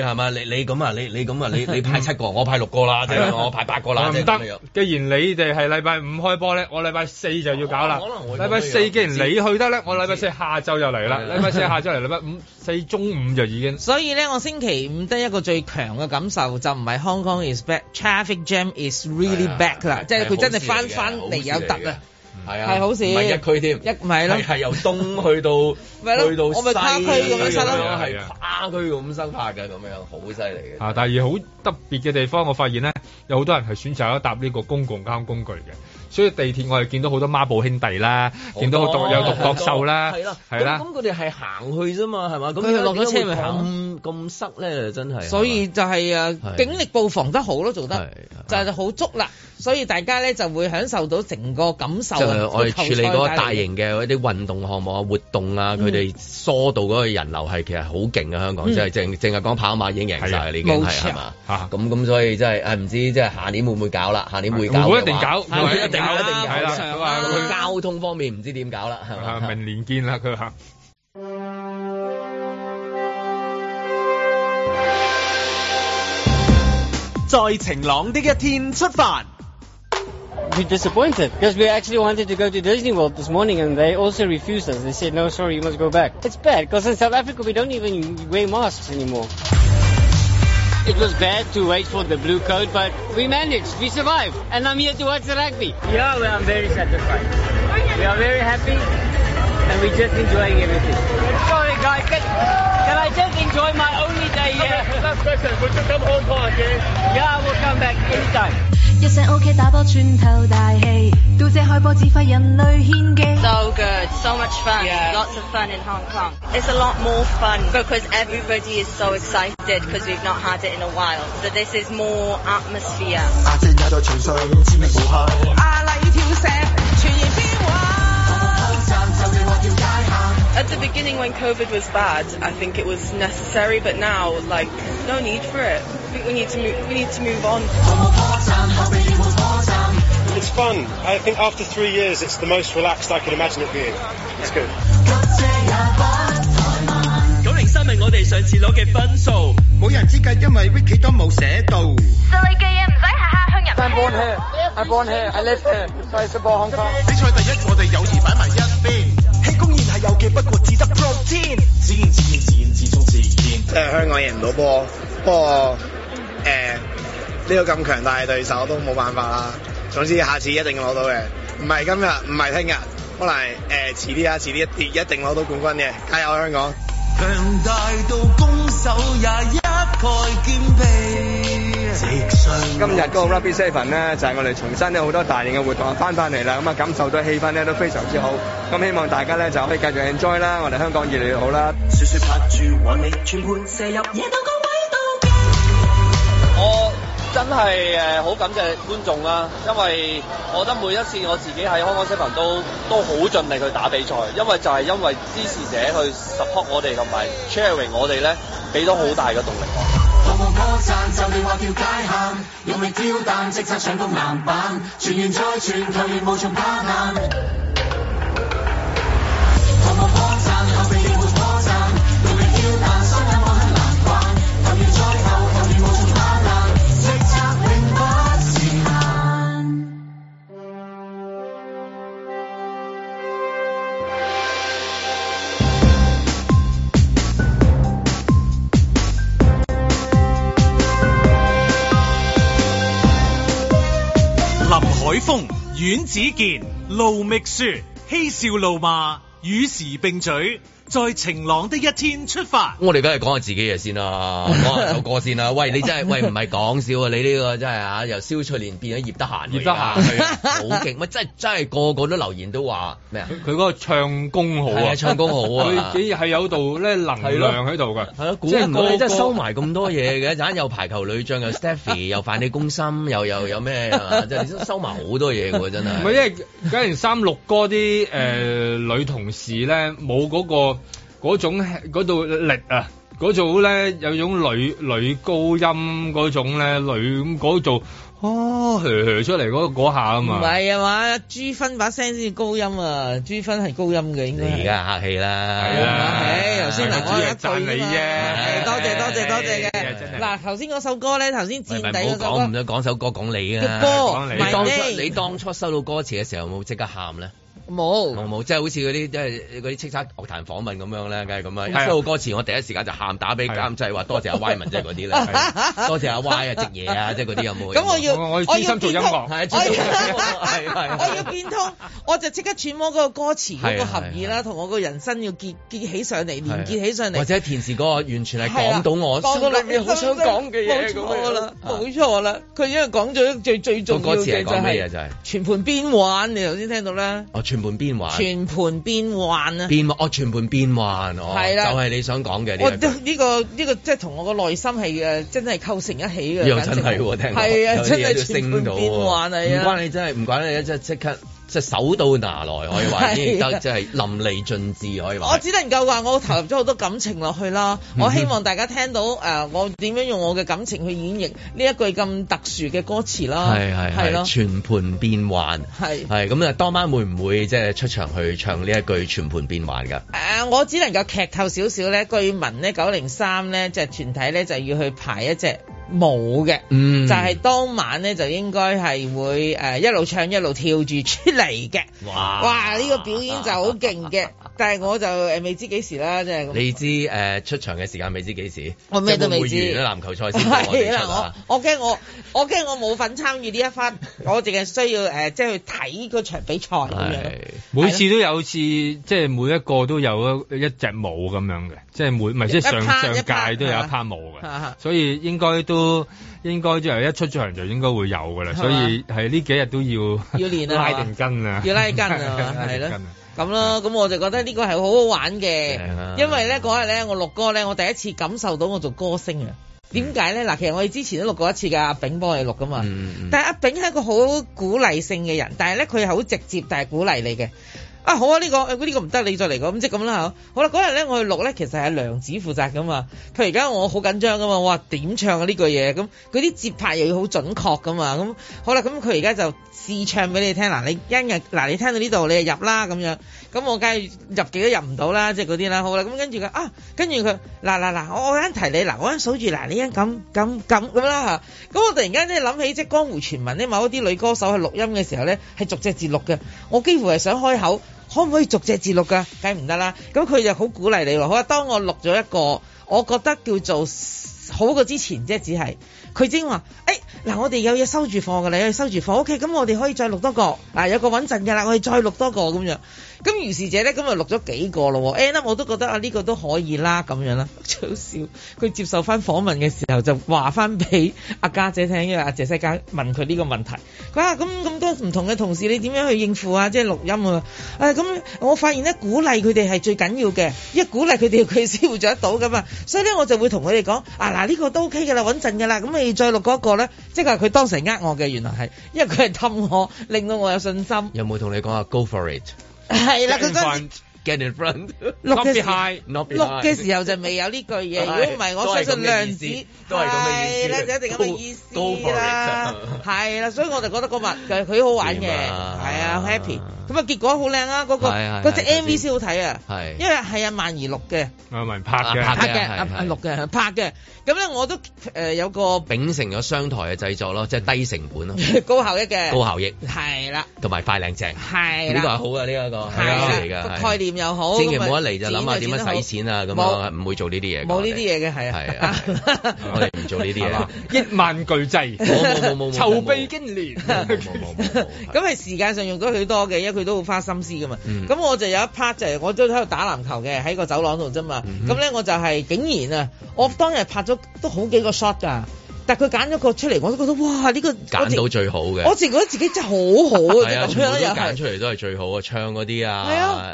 Speaker 1: 係嘛？你你咁啊，你你咁啊，你你派七 個，我派六個啦，即
Speaker 6: 係
Speaker 1: 係
Speaker 6: 啊
Speaker 1: 我派八個
Speaker 6: 話
Speaker 1: 啦，
Speaker 6: 唔
Speaker 1: 即係咁樣
Speaker 6: 得，既然你哋係禮拜五開波咧，我禮拜四就要搞啦
Speaker 1: 啊可能。會咁樣
Speaker 6: 禮拜四既然
Speaker 1: 唔
Speaker 6: 你
Speaker 1: 知
Speaker 6: 去得咧，我禮拜四下晝就嚟啦。
Speaker 1: 係啊
Speaker 6: 禮拜四下晝嚟，禮拜五四中午就已經
Speaker 4: 所以咧，我星期五得一個最強嘅感受就唔係 Hong Kong is back，traffic jam is really
Speaker 1: 係啊
Speaker 4: back 啦，即係佢真係翻翻嚟有得啊！！
Speaker 1: 係啊，
Speaker 4: 係好事
Speaker 1: 唔係一區添，
Speaker 4: 一咪咯
Speaker 1: 係係由 東去到
Speaker 4: 咪咯
Speaker 1: 去到
Speaker 4: 我咪跨區咁樣塞咯
Speaker 1: 係啊跨區咁生法嘅咁樣，好犀利嘅。
Speaker 6: 啊。但係好特別嘅地方，我發現咧，有好多人係選擇咗搭呢個公共交通工具嘅。所以地鐵我哋見到好多孖寶兄弟啦，見到好多有獨角獸啦
Speaker 1: 啊係啦，，
Speaker 6: 係啦
Speaker 1: 咁。咁佢哋係行去啫嘛，係嘛？咁
Speaker 4: 佢哋落咗車咪
Speaker 1: 咁咁塞咧，真係。
Speaker 4: 所以就係
Speaker 1: 係
Speaker 4: 誒警力布防得好咯，做得就
Speaker 1: 係
Speaker 4: 係好足啦，所以大家咧就會享受到成個感受
Speaker 1: 即
Speaker 4: 啊
Speaker 1: 係！我哋
Speaker 4: 個球
Speaker 1: 處理嗰個
Speaker 4: 賽帶嚟
Speaker 1: 大型嘅嗰啲運動項目啊、活動啊，佢哋疏導嗰個人流係其實好勁啊！香港
Speaker 4: 嗯
Speaker 1: 即係淨淨係講跑馬已經贏晒啦，已經
Speaker 4: 冇
Speaker 1: 係
Speaker 4: 錯
Speaker 1: 係嘛？
Speaker 6: 嚇
Speaker 1: 啊咁咁所以真係誒唔知即係下年會唔會搞啦？下年會搞嘅話，
Speaker 6: 會一定
Speaker 1: 會一
Speaker 6: 搞
Speaker 1: 定搞，
Speaker 4: 會
Speaker 1: 一
Speaker 4: 一
Speaker 1: 定
Speaker 4: 定
Speaker 1: 搞
Speaker 4: 搞
Speaker 6: 係啦
Speaker 4: 上
Speaker 6: 佢話會
Speaker 4: 啦
Speaker 1: 交通方面唔知點搞啦，係
Speaker 6: 啊
Speaker 1: 嘛？
Speaker 6: 明年見啦，佢話。
Speaker 2: 在晴朗的一天出發。
Speaker 7: We're disappointed because we actually wanted to go to Disney World this morning and they also refused us. They said, no, sorry, you must go back. It's bad because in South Africa we don't even wear masks anymore. It was bad to wait for the blue code, but we managed. We survived. And I'm here to watch the rugby. Yeah, well, I'm very satisfied. We are very happy. and we're just enjoying everything. Sorry, guys, can, can I just enjoy my only day here? Last question, would you come home for again? Yeah, I will come back anytime.
Speaker 8: 一醒 OK 打波穿透大氣，杜姐開波指揮人類獻技。
Speaker 9: So good, so much fun. Lots of fun in Hong Kong. It's a lot more fun because everybody is so excited because we've not had it in a while. So this is more atmosphere.
Speaker 4: 阿麗跳石，全然變幻。
Speaker 10: At the beginning when COVID was bad, I think it was necessary, but now, like, no need for it. I think we need to move, we need to move on.
Speaker 11: It's fun. I think after three years, it's the most relaxed I can imagine it being. It's good.
Speaker 12: 九零三係我哋上次攞嘅分數，冇人知計，因為 Vicky 都冇寫到。
Speaker 13: 做你嘅嘢唔使下下向人
Speaker 7: I'm born here. I'm born here. I live here. So I support Hong Kong.
Speaker 12: 比賽第一，我哋友誼擺埋一邊。氣功然係有嘅，不過只得 protein。自然自然自然自中自然。
Speaker 14: 即係香港贏唔到波，不過誒呢個咁強大嘅對手都冇辦法啦。總之下次一定攞到嘅，唔係今日，唔係聽日，可能誒、呃、遲啲啊，遲啲一定一定攞到冠軍嘅，加油香港！
Speaker 12: 強大到攻守也一概兼備。
Speaker 15: 今日嗰個 Rugby Seven 咧，就係我哋重新有好多大型嘅活動翻翻嚟啦，咁啊感受到氣氛咧都非常之好，咁希望大家咧就可以繼續 enjoy 啦，我哋香港越嚟越好啦。
Speaker 12: 雪雪拍住我你全盤射入野到高
Speaker 16: 我真係誒好感謝觀眾啦，因為我覺得每一次我自己喺香港小朋友都都好盡力去打比賽，因為就係因為支持者去 support 我哋同埋 sharing 我哋咧，俾到好大嘅動力我。
Speaker 2: 林海峰、阮子健、路觅雪，嬉笑怒罵，與時並舉，在晴朗的一天出發。
Speaker 1: 我哋梗係講下自己嘢先啦，講下首歌先啦。喂，你真 係喂唔係講笑啊！你呢個真係啊，由蕭翠蓮變咗葉德嫻，
Speaker 6: 葉德嫻
Speaker 1: 係啊好勁，咪 真係真係個個都留言都話咩啊？
Speaker 6: 佢嗰個唱功好
Speaker 1: 係
Speaker 6: 啊，
Speaker 1: 啊唱功好啊
Speaker 6: 佢竟然係有度咧能量喺度㗎，
Speaker 1: 係咯，估
Speaker 6: 即係
Speaker 1: 唔到你
Speaker 6: 個
Speaker 1: 真係
Speaker 6: 個
Speaker 1: 收埋咁多嘢嘅， 陣間有排球女將，有 Stephy，又飯氣攻心，又又有咩啊？即係你都收埋好多嘢喎，真
Speaker 6: 唔係，
Speaker 1: 係。
Speaker 6: 因為九零三六哥啲誒女同事咧，冇嗰、個嗰種嗰度力啊，嗰種咧有種女女高音嗰種咧，女咁嗰度哦，嘘嘘出嚟嗰嗰下啊
Speaker 4: 唔
Speaker 6: 嘛。
Speaker 4: 係啊嘛，朱芬把聲先高音啊，朱芬係高音嘅應該
Speaker 1: 你而
Speaker 4: 係。
Speaker 1: 家客氣啊啦，
Speaker 6: 係啦
Speaker 4: 唉，啊頭先嗱，我有一句
Speaker 6: 主要係讚你啫
Speaker 4: 啫，多謝多謝多謝
Speaker 6: 係真係
Speaker 4: 嘅。嗱，頭先嗰首歌咧，頭先
Speaker 1: 喂
Speaker 4: 墊
Speaker 1: 咪
Speaker 4: 底
Speaker 1: 唔
Speaker 4: 嗰
Speaker 1: 好講
Speaker 4: 首
Speaker 1: 唔
Speaker 4: 歌
Speaker 1: 想講首歌講你
Speaker 4: 嘅
Speaker 1: 啊。
Speaker 4: 歌，
Speaker 1: 你當
Speaker 4: My
Speaker 1: 初你
Speaker 4: Day
Speaker 1: 當初收到歌詞嘅時候，有冇即刻喊咧？冇
Speaker 4: 冇。
Speaker 1: 冇，即係好似嗰啲即係嗰啲叱咤樂壇訪問咁樣咧，梗係咁
Speaker 6: 係
Speaker 1: 啊！
Speaker 6: 啊
Speaker 1: 收到歌詞，我第一時間就喊打俾
Speaker 6: 係啊
Speaker 1: 監製，話多謝阿 Y 文，即係嗰啲咧，
Speaker 4: 係
Speaker 1: 係多謝阿 Y 啊，直嘢啊，即係嗰啲有冇？
Speaker 4: 咁我要
Speaker 6: 我我要
Speaker 4: 我
Speaker 6: 專心做音樂
Speaker 1: 係啊
Speaker 4: 變
Speaker 1: 專心
Speaker 4: 通
Speaker 1: 做音樂 係
Speaker 4: 我
Speaker 1: 係
Speaker 4: 要
Speaker 1: 係
Speaker 4: 我要變通，我就即刻揣摩嗰個歌詞嗰個含義
Speaker 1: 係係
Speaker 4: 啦，同我個人生要結結起上嚟，連結起上嚟
Speaker 1: 或。者填詞歌完全係
Speaker 4: 係啊啦
Speaker 1: 講到我
Speaker 4: 講到
Speaker 1: 心裏面好想講嘅嘢咁
Speaker 4: 冇錯
Speaker 1: 樣啊
Speaker 4: 啦，冇錯啦。佢因為講咗最最重要
Speaker 1: 個歌
Speaker 4: 嘅
Speaker 1: 詞係
Speaker 4: 就
Speaker 1: 講咩嘢啊就
Speaker 4: 係
Speaker 1: 係
Speaker 4: 全盤變幻，你頭先聽到啦，
Speaker 1: 哦，全盤變幻，
Speaker 4: 全盤變幻啊！
Speaker 1: 變幻哦，全盤變幻哦，
Speaker 4: 係啦
Speaker 1: 就係你想講嘅
Speaker 4: 我
Speaker 1: 呢一句
Speaker 4: 都呢個呢個即係同我個內心係誒真係構成一起嘅，
Speaker 1: 又
Speaker 4: 簡直
Speaker 1: 真係喎，聽講
Speaker 4: 係
Speaker 1: 有
Speaker 4: 啊，
Speaker 1: 啲
Speaker 4: 真
Speaker 1: 嘢都
Speaker 4: 係全
Speaker 1: 升
Speaker 4: 盤
Speaker 1: 到喎
Speaker 4: 變幻
Speaker 1: 唔
Speaker 4: 係啊！
Speaker 1: 關你真係唔關你真係即刻即係手到拿來，可以話已經
Speaker 4: 係
Speaker 1: 得
Speaker 4: 啊
Speaker 1: 即係淋漓盡致，可以話
Speaker 4: 我。只能夠話我投入咗好多感情落去啦，
Speaker 1: 嗯
Speaker 4: 我希望大家聽到誒、呃我點樣用我嘅感情去演繹呢一句咁特殊嘅歌詞啦，
Speaker 1: 係係
Speaker 4: 係
Speaker 1: 係
Speaker 4: 咯，
Speaker 1: 全盤變幻
Speaker 4: 係
Speaker 1: 係咁啊！當晚會唔會即係出場去唱呢一句全盤變幻㗎？
Speaker 4: 誒、呃我只能夠劇透少少咧，據聞咧九零三咧就團體咧就要去排一隻舞嘅，
Speaker 1: 嗯
Speaker 4: 就係當晚咧就應該係呃會誒、一路唱一路跳住出嚟嘅。
Speaker 1: 哇
Speaker 4: 哇！呢、個表演就好勁嘅，但係我就誒未知幾時啦，即係 咁。
Speaker 1: 你知誒、呃出場嘅時間未知幾時？
Speaker 4: 我咩
Speaker 1: 即
Speaker 4: 都
Speaker 1: 係會唔會
Speaker 4: 未知
Speaker 1: 完咗籃球賽先我
Speaker 4: 係
Speaker 1: 哋
Speaker 4: 啦，
Speaker 1: 出啊！
Speaker 4: 我我驚我我驚我冇份參與呢一忽，我淨係需要誒即係去睇嗰場比賽咁樣。
Speaker 6: 每次都有次，即係每一個都有一一隻舞咁樣嘅，即係每唔係即係上
Speaker 4: 一 part，
Speaker 6: 上
Speaker 4: 一 part，
Speaker 6: 屆都有一
Speaker 4: 係嘛
Speaker 6: part 舞
Speaker 4: 啊
Speaker 6: 嘅
Speaker 4: 啊，
Speaker 6: 所以應該都應該就一出場就應該會有㗎啦，
Speaker 4: 係嘛
Speaker 6: 所以係呢幾日都要
Speaker 4: 要練啊
Speaker 6: 拉
Speaker 4: 係嘛
Speaker 6: 定筋啊，
Speaker 4: 要拉筋啊
Speaker 6: 拉定
Speaker 4: 係咯
Speaker 6: 筋啊
Speaker 4: 咁咯，咁我就覺得呢個係好好玩嘅
Speaker 6: 正啊，
Speaker 4: 因為咧嗰日咧我錄歌咧，我第一次感受到我做歌星
Speaker 6: 嗯
Speaker 4: 啊。點解咧？嗱，其實我哋之前都錄過一次㗎，阿炳幫我哋錄㗎
Speaker 6: 嗯
Speaker 4: 嘛。但係阿炳係一個好鼓勵性嘅人，但係咧佢係好直接，但係鼓勵你嘅。啊好啊，呢、個呃呢、個唔得，你再嚟個咁即係咁啦嚇。好啦，嗰日咧我去錄咧，其實係梁子負責噶嘛。佢而家我好緊張噶嘛，我話點唱啊呢句嘢咁，佢啲節拍又要好準確噶嘛。咁好啦，咁佢而家就試唱俾你聽嗱，你一日嗱你聽到呢度你就入啦咁樣。咁我梗係入幾都入唔到啦，即係嗰啲啦。好啦，咁跟住佢啊，跟住佢嗱嗱嗱，我我一陣提你嗱，我一陣數住嗱，你一陣咁咁咁咁啦嚇。咁我突然間咧諗起即係江湖傳聞呢某一啲女歌手去錄音嘅時候咧，係逐隻字錄嘅。我幾乎係想開口，可唔可以逐隻字錄㗎？梗係唔得啦。咁佢就好鼓勵你喎。好啊，當我錄咗一個，我覺得叫做好過之前啫，只係佢已經話誒。嗱，我哋有嘢收住貨㗎啦，有嘢收住貨。OK，咁我哋可以再錄多個。嗱，有個穩陣㗎啦，我哋再錄多個咁樣。 咁於是者咧，咁就錄咗幾個咯。誒，咁我都覺得啊，呢個都可以啦，咁樣啦。最好笑，佢接受翻訪問嘅時候就話翻俾阿家姐聽，因為阿謝西家問佢呢個問題。佢話咁咁多唔同嘅同事，你點樣去應付啊？即係錄音啊？誒，咁我發現咧，鼓勵佢哋係最緊要嘅，因為鼓勵佢哋佢先會做得到噶嘛。所以咧，我就會同佢哋講啊，嗱，呢個都 OK 㗎啦，穩陣㗎啦。咁你再錄嗰個咧，即係佢當時呃我嘅，原來係，因為佢係氹我，令到我有信 心。
Speaker 1: 有冇同你講啊？Go for it！
Speaker 4: 係啦，佢嗰陣時
Speaker 1: get in front，
Speaker 4: 錄嘅時
Speaker 1: Not
Speaker 4: 錄嘅時候就未有呢句嘢，如果唔係，我相信量子
Speaker 1: 都係咁嘅意
Speaker 4: 係
Speaker 1: 思
Speaker 4: 啦，就一定咁嘅意思啦
Speaker 1: Go- go for it，
Speaker 4: 係啦，所以我就覺得嗰物佢佢好玩嘅，
Speaker 1: 掂
Speaker 4: 係
Speaker 1: 啊
Speaker 4: 啊，happy。咁啊，結果好靚啊，嗰個
Speaker 1: 係係
Speaker 4: 嗰隻
Speaker 1: 係頭
Speaker 4: MV 先好睇啊，
Speaker 1: 係
Speaker 4: 因為係啊萬兒錄嘅，
Speaker 6: 我咪拍嘅
Speaker 1: 啊
Speaker 4: 拍
Speaker 1: 拍
Speaker 4: 嘅，
Speaker 1: 嘅
Speaker 4: 啊
Speaker 1: 係
Speaker 4: 啊
Speaker 1: 係
Speaker 4: 錄嘅，拍嘅。咁咧我都誒有個
Speaker 1: 秉承咗商台嘅製作咯，即係低成本咯，
Speaker 4: 高效益嘅，
Speaker 1: 高效益
Speaker 4: 係啦，
Speaker 1: 同埋快靚正。
Speaker 4: 嗯係
Speaker 1: 呢個係
Speaker 4: 啦
Speaker 1: 好，嘅，呢一個係啊
Speaker 4: 係啦
Speaker 1: 嚟㗎，
Speaker 4: 概念又好，
Speaker 1: 千祈唔
Speaker 4: 咁
Speaker 1: 好
Speaker 4: 啊
Speaker 1: 一嚟就諗下點樣使錢啊，咁
Speaker 4: 冇
Speaker 1: 樣唔會做呢啲嘢㗎。
Speaker 4: 冇呢啲嘢嘅係
Speaker 1: 係
Speaker 4: 啊
Speaker 1: 啊。我哋唔做呢啲
Speaker 6: 係
Speaker 1: 嘢
Speaker 6: 嘛。億萬巨製，
Speaker 1: 冇冇冇冇
Speaker 6: 籌備經年，
Speaker 4: 咁係時間上用咗許多嘅，因為佢都好花心思噶嘛。
Speaker 6: 嗯
Speaker 4: 咁、我就有一 part 就係我都喺度打籃球嘅，喺個走廊度啫嘛。咁咧、我就係竟然啊，我當日拍咗都好幾個 shot 㗎，但佢揀咗個出嚟，我都覺得哇！呢、個我自
Speaker 1: 揀到最好嘅。
Speaker 4: 我自己覺得自己真係好好啊，
Speaker 1: 係啊，
Speaker 4: 即
Speaker 1: 全部
Speaker 4: 係咁樣
Speaker 1: 都
Speaker 4: 又
Speaker 1: 揀
Speaker 4: 係
Speaker 1: 出嚟都係最好啊，唱嗰啲
Speaker 4: 係
Speaker 1: 啊，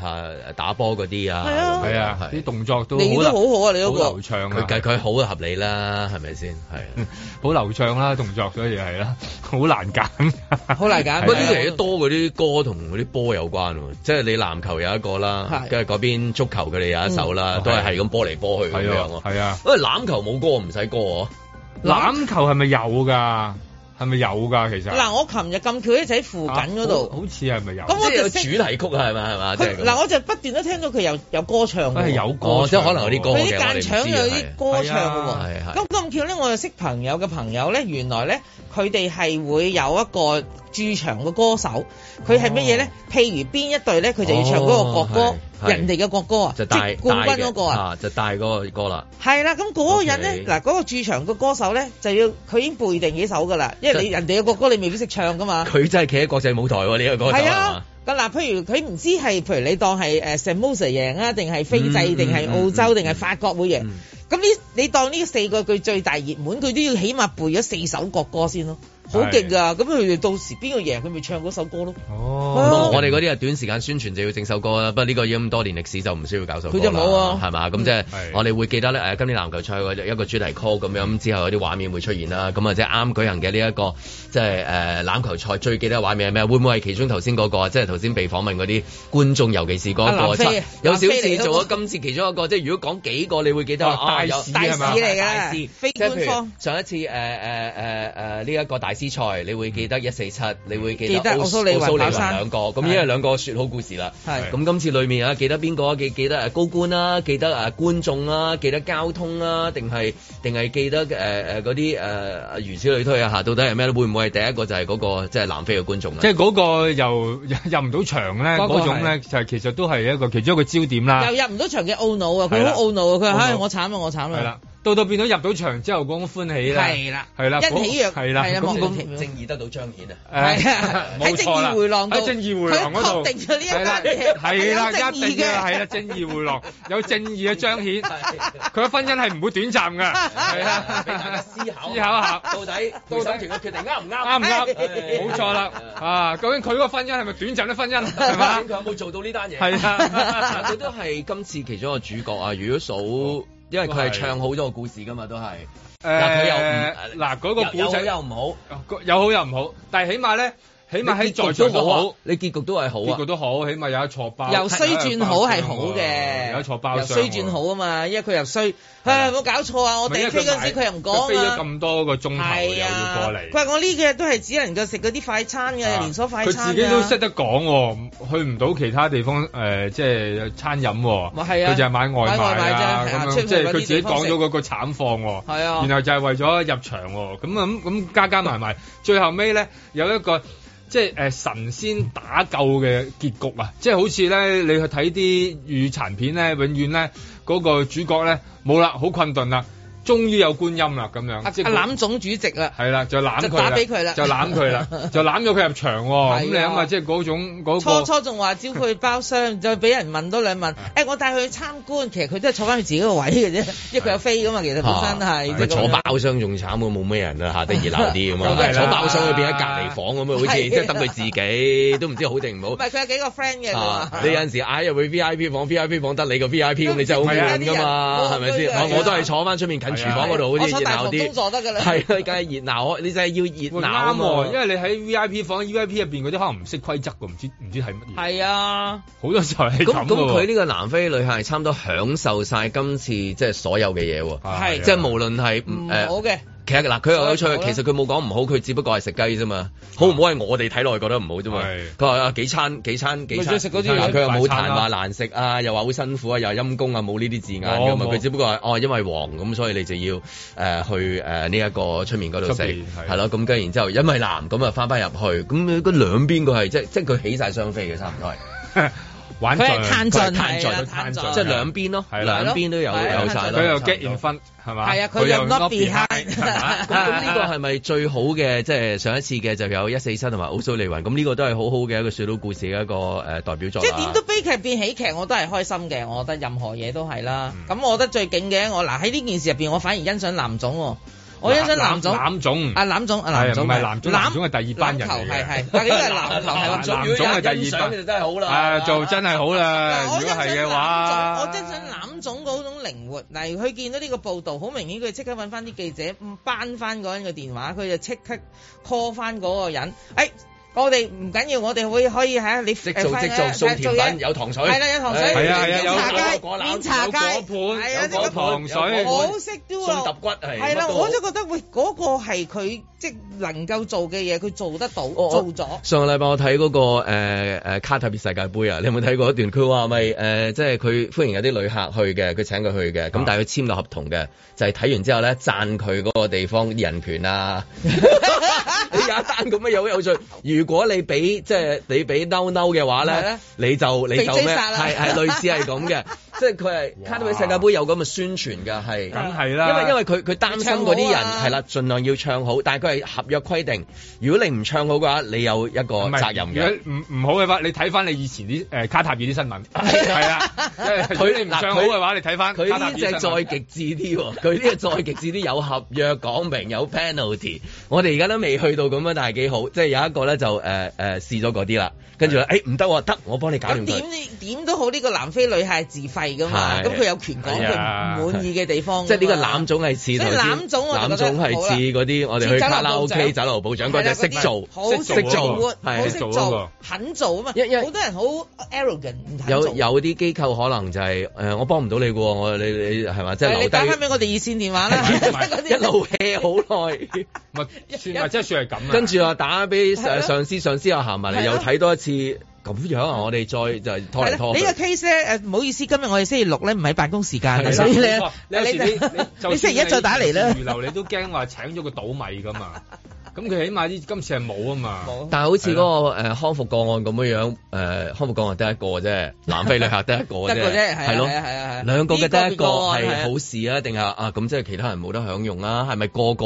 Speaker 1: 誒嚇打波嗰啲啊，
Speaker 4: 係啊
Speaker 1: 咁樣
Speaker 6: 係啊，啲動作都
Speaker 4: 你都
Speaker 6: 流
Speaker 4: 好好啊你嗰個
Speaker 6: 好流暢啊
Speaker 1: 佢計佢好就合理啦，係咪先？係啊。
Speaker 6: 好流暢啦，動作所以係啦，好難揀，
Speaker 4: 好難
Speaker 6: 啊
Speaker 4: 揀
Speaker 1: 不過呢啲嘢啊多嗰啲歌同嗰啲波有關喎，即係你籃球有一個啦，
Speaker 6: 係
Speaker 1: 跟住嗰邊足球佢哋有一首啦，
Speaker 6: 嗯
Speaker 1: 都係係咁波嚟波去咁樣
Speaker 6: 係啊
Speaker 1: 喎。
Speaker 6: 係啊，
Speaker 1: 因為欖球冇歌唔使歌啊喎，
Speaker 6: 欖球係咪有㗎？係咪有㗎？其實啊
Speaker 4: 嗱，我琴日咁巧一齊喺附近嗰度
Speaker 6: 好，好似係咪有？
Speaker 4: 咁我
Speaker 1: 即係有
Speaker 4: 就
Speaker 1: 主題曲啊，係咪係嘛？即係咁
Speaker 4: 嗱，我就不斷都聽到佢有有歌唱
Speaker 1: 佢
Speaker 4: 喎，
Speaker 1: 係有歌哦即係可能有啲歌嘅
Speaker 4: 佢
Speaker 1: 我哋唔
Speaker 4: 啲間
Speaker 1: 知
Speaker 4: 搶有啲歌唱嘅
Speaker 1: 係係係
Speaker 4: 喎。咁咁巧咧，我又識朋友嘅朋友咧，原來咧佢哋係會有一個駐場嘅歌手，佢係乜嘢咧？譬如邊一隊咧，佢就要唱嗰個國
Speaker 1: 哦
Speaker 4: 歌，
Speaker 1: 係係
Speaker 4: 人哋嘅國歌啊，即
Speaker 1: 就帶
Speaker 4: 係冠軍
Speaker 1: 帶嘅
Speaker 4: 嗰個啊。
Speaker 1: 就帶嗰個歌啦。
Speaker 4: 係啦，咁嗰個人咧，
Speaker 1: OK
Speaker 4: 嗱嗰個駐場嘅歌手咧，就要佢已經背定幾首㗎啦，因為
Speaker 1: 即
Speaker 4: 你
Speaker 1: 係
Speaker 4: 人哋嘅國歌你未必識唱㗎嘛。
Speaker 1: 佢真係企喺國際舞台喎，呢個歌手
Speaker 4: 係
Speaker 1: 係
Speaker 4: 啊
Speaker 1: 嘛，
Speaker 4: 咁嗱，譬如佢唔知係，譬如你當係誒 Samosa 贏啊，定係非
Speaker 1: 嗯
Speaker 4: 制，定係
Speaker 1: 嗯
Speaker 4: 澳
Speaker 1: 嗯
Speaker 4: 洲，定係法國會贏。咁呢，你當呢四個佢最大熱門，佢都要起碼背咗四首國歌先咯，好勁㗎！咁佢哋到時邊個贏，佢咪唱嗰首歌咯。
Speaker 1: 哦我哋嗰啲係短時間宣傳就要整首歌啦，不過呢個已經咁多年歷史就唔需要搞首歌啦
Speaker 4: 佢就冇啊
Speaker 1: 係嘛？咁即係我哋會記得咧呃誒，今年籃球賽嗰一個主題曲咁樣，之後有啲畫面會出現啦。咁啊，即係啱舉行嘅呢一個即係誒籃球賽最記得嘅畫面係咩？會唔會係其中頭先嗰個啊？即係頭先被訪問嗰啲觀眾，尤其是嗰
Speaker 4: 阿
Speaker 1: 個
Speaker 4: 南非啊
Speaker 1: 有少
Speaker 4: 南非嚟
Speaker 1: 少
Speaker 4: 嗰個
Speaker 1: 做咗今次其中一個，即係如果講幾個，你會記得啊
Speaker 6: 哦大
Speaker 1: 有
Speaker 6: 使係嘛大使嚟㗎
Speaker 1: 大使
Speaker 4: 非
Speaker 1: 即係譬如
Speaker 4: 官方
Speaker 1: 呃上一次誒誒誒誒呢一個大師之賽，你會記得一四七，你會記
Speaker 4: 嗯記得
Speaker 1: 得
Speaker 4: 奧
Speaker 1: 奧
Speaker 4: 蘇
Speaker 1: 蘇
Speaker 4: 利
Speaker 1: 利
Speaker 4: 雲
Speaker 1: 雲
Speaker 4: 跑山
Speaker 1: 兩個，咁因為
Speaker 4: 係
Speaker 1: 兩個説好故事啦。
Speaker 4: 係
Speaker 1: 咁今次裡面啊，記得邊個啊？記記得誒高官啦，記得誒觀眾啦，記得交通啦，定係定係記得誒誒嗰啲誒如此類推啊嚇，到底係咩咧？會唔會係第一個就係嗰個即係南非嘅觀眾咧？啊
Speaker 6: 即係嗰個又 入唔到場咧，
Speaker 4: 嗰個係
Speaker 6: 嗰種咧就係其實都係一個其中一個焦點啦。
Speaker 4: 又入唔到場嘅懊惱啊！佢
Speaker 6: 係啦
Speaker 4: 好懊惱啊！佢
Speaker 6: 懊惱
Speaker 4: 話：唉，我慘啊，我慘
Speaker 6: 係
Speaker 4: 啊
Speaker 6: 啦！，到到變到入到場之後嗰種歡喜啦，
Speaker 4: 係啦
Speaker 6: 係啦，
Speaker 4: 欣喜若
Speaker 6: 係啦，
Speaker 4: 係啦莫
Speaker 6: 咁
Speaker 4: 名其
Speaker 6: 咁
Speaker 4: 妙
Speaker 1: 正義得到彰顯啊！
Speaker 4: 係啊
Speaker 6: 誒
Speaker 4: 喺
Speaker 6: 冇
Speaker 4: 正
Speaker 6: 錯啦
Speaker 4: 義回廊度
Speaker 6: 喺正義回廊嗰度
Speaker 4: 佢確定咗呢一
Speaker 6: 係啦
Speaker 4: 單嘢
Speaker 6: 係啦，
Speaker 4: 係有
Speaker 6: 一
Speaker 4: 正義嘅
Speaker 6: 定嘅係啦，正義回廊有正義 嘅彰顯，佢嘅婚姻係唔會短暫㗎，係啊，
Speaker 1: 俾大家思考
Speaker 6: 思考下
Speaker 1: 到底
Speaker 6: 到
Speaker 1: 到
Speaker 6: 底
Speaker 1: 底團嘅決定啱唔啊啱？
Speaker 6: 啱唔 啱？
Speaker 1: 係
Speaker 6: 冇錯啦，啊，究竟佢個婚姻係咪短暫嘅 婚姻係嘛
Speaker 1: 究？竟佢有冇做到呢單嘢？
Speaker 6: 係 啊
Speaker 1: 佢都係今次其中一個主角啊！如果數，因為佢係唱好咗個故事噶嘛，都係。嗱佢又唔
Speaker 6: 誒嗱嗰個
Speaker 1: 有
Speaker 6: 古仔
Speaker 1: 有好有唔
Speaker 6: 好，有好有唔好，但係起碼咧，起碼喺
Speaker 1: 你結局
Speaker 6: 在場
Speaker 1: 都
Speaker 6: 都
Speaker 1: 好啊
Speaker 6: 好，
Speaker 1: 你結局都係好
Speaker 6: 結
Speaker 1: 啊
Speaker 6: 局。都好，起碼有一錯包，
Speaker 4: 由衰轉好係好
Speaker 6: 有一
Speaker 4: 嘅，
Speaker 6: 錯包
Speaker 4: 由
Speaker 6: 廂喎
Speaker 4: 衰轉好啊嘛，因為佢又衰，唉冇搞錯啊！我
Speaker 6: 咪因
Speaker 4: 地
Speaker 6: 為
Speaker 4: 飛嗰陣時佢又唔講
Speaker 6: 飛咗
Speaker 4: 啊嘛。
Speaker 6: 咁多個鐘頭又
Speaker 4: 係
Speaker 6: 要過
Speaker 4: 啊，
Speaker 6: 嚟啊
Speaker 4: 佢。話我呢幾日都係只能夠食嗰啲快餐嘅連鎖快
Speaker 6: 佢
Speaker 4: 餐啊
Speaker 6: 自
Speaker 4: 㗎
Speaker 6: 己都識得講喎，去唔到其他地方誒、呃即係餐飲喎。
Speaker 4: 咪係啊
Speaker 6: 佢就係買外
Speaker 4: 買外賣
Speaker 6: 賣
Speaker 4: 啫
Speaker 6: 啊，
Speaker 4: 係啊
Speaker 6: 咁樣
Speaker 4: 出去
Speaker 6: 即係
Speaker 4: 搵
Speaker 6: 佢
Speaker 4: 啲
Speaker 6: 自己
Speaker 4: 地方
Speaker 6: 講
Speaker 4: 食
Speaker 6: 咗嗰個慘況喎。
Speaker 4: 係啊
Speaker 6: 然後就係為咗入場喎，咁啊咁咁加加埋 埋，最後尾咧有一個。即係誒、呃神仙打救嘅結局啊！即係好似咧，你去睇啲預殘片咧，永遠咧嗰、個主角咧冇啦，好困頓啦，終於有觀音啦咁樣。
Speaker 4: 阿
Speaker 6: 即係佢
Speaker 4: 阿林總主席啊啦，
Speaker 6: 係啦，就攬佢
Speaker 4: 就打俾佢啦
Speaker 6: 就攬佢 啦，就攬咗佢入場
Speaker 4: 係啊
Speaker 6: 喎。咁你諗下，即係嗰種嗰
Speaker 4: 初
Speaker 6: 個啊
Speaker 4: 初仲話招佢包廂，再俾人問多兩問，誒我帶佢去參觀，其實佢都係坐翻佢自己個位嘅啫，因為佢有飛噶嘛，其實本身
Speaker 6: 啊
Speaker 4: 係即
Speaker 1: 咪
Speaker 4: 係咁
Speaker 1: 啊坐
Speaker 4: 樣
Speaker 1: 包廂仲慘啊，冇咩人啊，下低熱鬧啲咁
Speaker 4: 梗係
Speaker 1: 啊，
Speaker 4: 啦
Speaker 1: 坐包廂佢變咗隔離房咁啊，好似
Speaker 4: 係啊
Speaker 1: 即係得佢自己，都唔知好定唔
Speaker 4: 唔 係佢有幾個 friend 嘅佢
Speaker 1: 好。
Speaker 4: 話
Speaker 1: 啊！你有陣時嗌入去 V I P 房，V I P 房得你個 V I P，咁你真係好
Speaker 4: 啊
Speaker 1: 悶噶嘛，係咪先？我我都係坐翻出面近廚房嗰度，好似
Speaker 4: 啊我坐
Speaker 1: 熱
Speaker 4: 大
Speaker 1: 鬧
Speaker 4: 堂
Speaker 1: 啲
Speaker 4: 工。作得㗎啦，
Speaker 1: 係啊，梗係熱鬧，你真係要熱鬧啊
Speaker 6: 啱喎，因
Speaker 1: 為
Speaker 6: 為你喺 V I P 房，V E I P 入邊嗰啲可能唔識規則㗎，唔知唔知係乜嘢，
Speaker 4: 係啊，
Speaker 6: 好多時候係
Speaker 1: 咁
Speaker 6: 咁
Speaker 1: 咁佢
Speaker 6: 㗎喎。
Speaker 1: 呢個南非旅客係差唔多享受晒今次即係啊所有嘅嘢喎，
Speaker 6: 啊
Speaker 4: 係
Speaker 1: 即係無論係
Speaker 6: 嗯
Speaker 4: 唔
Speaker 1: 誒
Speaker 4: 好嘅。
Speaker 1: 其實嗱，佢又有趣
Speaker 4: 所以唔好啦
Speaker 1: 嘅，其實佢冇講唔好，佢只不過係食雞啫嘛。好唔好係我哋睇落去覺得唔好啫嘛。佢話啊幾餐幾餐幾
Speaker 4: 咪
Speaker 1: 餐，
Speaker 4: 最食嗰啲嘢
Speaker 1: 嗱佢又冇
Speaker 6: 快餐
Speaker 1: 彈
Speaker 6: 啦
Speaker 1: 話難食啊，又話好辛苦啊，又話陰公啊，冇呢啲字眼㗎嘛。
Speaker 6: 冇冇
Speaker 1: 佢只不過係哦，因為黃咁，所以你就要誒、呃去誒呢一個出面嗰度
Speaker 6: 出
Speaker 1: 食
Speaker 6: 面係
Speaker 1: 係咯。咁跟然之後，因為藍咁啊翻返入去，咁嗰兩邊佢係即即係佢起晒雙飛嘅，差唔多係。
Speaker 6: 玩
Speaker 4: 佢係
Speaker 6: 盡
Speaker 4: 攤盡
Speaker 1: 佢係攤盡佢
Speaker 4: 係啦攤盡
Speaker 1: 即係兩邊咯，
Speaker 6: 係啦
Speaker 1: 兩邊都有
Speaker 4: 係啦
Speaker 1: 有晒咯。
Speaker 6: 佢又
Speaker 1: 差唔多
Speaker 6: get in front 係嘛？
Speaker 4: 係啊，佢又 not
Speaker 6: behind，
Speaker 4: behind，
Speaker 6: 係 嘛
Speaker 1: 咁咁呢個係咪最好嘅？即係上一次嘅就有一四七同埋奧蘇利雲，咁呢個都係好好嘅一個説到故事嘅一個誒代表
Speaker 6: 啊
Speaker 1: 作
Speaker 4: 即
Speaker 1: 啦。
Speaker 4: 係點都悲劇變喜劇，我都係開心嘅。我覺得任何嘢都係啦。
Speaker 6: 嗯
Speaker 4: 咁、我覺得最勁嘅，我嗱喺呢件事入邊，我反而欣賞藍總喎。我欣賞藍總，
Speaker 6: 攬總
Speaker 4: 啊藍總啊
Speaker 6: 係
Speaker 4: 藍
Speaker 6: 啊
Speaker 4: 總
Speaker 6: 唔係藍總，藍總係第二班人嚟
Speaker 4: 籃球係
Speaker 6: 嘅。
Speaker 4: 係，但係呢個係籃球係
Speaker 1: 籃
Speaker 4: 嘛？
Speaker 1: 總
Speaker 6: 籃總係第
Speaker 1: 如果有
Speaker 6: 二
Speaker 1: 人欣賞就真係好啦
Speaker 6: 啊，做真係好啦。
Speaker 4: 我
Speaker 6: 如
Speaker 4: 欣
Speaker 6: 果係
Speaker 4: 賞
Speaker 6: 嘅
Speaker 4: 藍
Speaker 6: 話，
Speaker 4: 總，我欣賞藍總嗰種靈活。嗱，佢見到呢個報導，好明顯佢即刻揾翻啲記者，嗯扳翻嗰個人嘅電話，佢就即刻 call 翻嗰個人。誒、我哋唔緊要，我哋會可以喺你
Speaker 1: 即
Speaker 4: 即
Speaker 1: 做即做，送甜品有糖水，
Speaker 4: 啊係啦，有糖水，
Speaker 6: 係啊係啊有
Speaker 4: 茶街
Speaker 1: 果，籃
Speaker 4: 面茶街，
Speaker 6: 有果盤
Speaker 4: 係啊，
Speaker 6: 有果糖水
Speaker 4: 呢個我好識 do
Speaker 1: 送揼
Speaker 4: 啊！
Speaker 1: 骨係。
Speaker 4: 係啦，
Speaker 1: 乜都好
Speaker 4: 我都覺得喂，嗰個係佢即係能夠做嘅嘢，佢做得到，做咗。
Speaker 1: 上個禮拜我睇嗰、個誒、呃、卡塔爾世界盃啊，你有冇睇過一段？佢話咪誒，即係佢歡迎有啲旅客去嘅，佢請佢去嘅，
Speaker 4: 啊
Speaker 1: 咁但係佢簽個合同嘅，就係、睇完之後咧讚佢嗰個地方啲人權 啊。你有一單咁嘅嘢好有趣，如果你俾即係你俾嬲嬲嘅話
Speaker 4: 係
Speaker 1: 咧
Speaker 4: 咧，
Speaker 1: 你就你就
Speaker 4: 被追
Speaker 1: 咩？
Speaker 4: 殺啦
Speaker 1: 係係類似係咁 嘅，即係佢係卡塔爾世界盃有咁嘅宣傳㗎，係
Speaker 6: 梗係啦
Speaker 1: 因為因為佢佢擔心嗰啲
Speaker 4: 唱
Speaker 1: 人
Speaker 4: 好啊
Speaker 1: 係啦，盡量要唱好，但係佢係合約規定，如果你唔唱好嘅話，你有一個
Speaker 6: 唔係
Speaker 1: 責任嘅。
Speaker 6: 如果唔唔好嘅話，你睇翻你以前啲誒卡塔爾啲新聞，係啦。如果你唔唱好嘅話，你睇翻
Speaker 1: 佢呢只再極致啲喎， 佢呢只再極致啲有合約講明有 penalty，我哋而家都未去到咁啊樣，但係幾好，即係有一個咧就誒誒、呃呃、
Speaker 4: 嗯
Speaker 1: 試咗嗰啲啦，跟住咧誒唔得喎，得我幫你搞
Speaker 4: 咁
Speaker 1: 掂佢
Speaker 4: 點。你點都好，呢個南非女孩自費貴噶嘛，
Speaker 1: 係啊
Speaker 4: 咁佢有權講佢唔滿意嘅地啊方㗎嘛。
Speaker 1: 即係呢個攬總係似
Speaker 4: 所以
Speaker 1: 頭先
Speaker 4: 攬總我就
Speaker 1: 攬
Speaker 4: 覺得
Speaker 1: 總係似嗰啲我哋去
Speaker 4: 似酒樓
Speaker 1: 卡拉
Speaker 4: 部
Speaker 1: OK
Speaker 4: 長
Speaker 1: 酒樓部長嗰
Speaker 4: 係啦
Speaker 1: 隻識
Speaker 4: 嗰啲
Speaker 1: 做，
Speaker 4: 好
Speaker 1: 識
Speaker 4: 識做
Speaker 1: 做，
Speaker 4: 好識
Speaker 1: 係
Speaker 4: 做，肯做啊嘛。好多人好 arrogant 唔肯
Speaker 1: 有
Speaker 4: 做。
Speaker 1: 有啲機構可能就係、誒，我幫唔到你嘅喎，我你你係嘛，即係
Speaker 4: 誒你
Speaker 1: 留
Speaker 4: 打
Speaker 1: 低
Speaker 4: 翻。俾我哋熱線電話啦，
Speaker 1: 一路 hea 好耐，
Speaker 6: 咪算咪即係算係咁啊啦。
Speaker 1: 跟住又打俾
Speaker 4: 嗯係
Speaker 1: 上
Speaker 4: 咯
Speaker 1: 上司，上司又行埋嚟，
Speaker 4: 係咯嗯
Speaker 1: 又睇多一次，咁樣啊！我哋再就拖嚟
Speaker 4: 係啦
Speaker 1: 拖
Speaker 4: 呢
Speaker 1: 去
Speaker 4: 個。case 咧，誒唔好意思，今日我哋星期六咧唔喺辦公時間
Speaker 6: 係
Speaker 4: 啊，
Speaker 6: 啦
Speaker 4: 所以咧
Speaker 6: 冇錯你有時你你就
Speaker 4: 你星期一
Speaker 6: 算
Speaker 4: 再打嚟啦
Speaker 6: 預。留你都驚話請咗個倒米㗎嘛。咁佢起碼啲今次係冇啊嘛。
Speaker 1: 但係好似嗰、個、呃、康復個案咁樣樣，誒、康復個案得一個 啫，南非旅客得一個啫，
Speaker 4: 得一個啫係啊
Speaker 1: 咯，
Speaker 4: 係啊係啊係啊
Speaker 1: 兩個嘅得一個
Speaker 4: 呢個別個案係啊
Speaker 1: 係好事啊，定係啊咁即係其他人冇得享用啊啦、係咪個個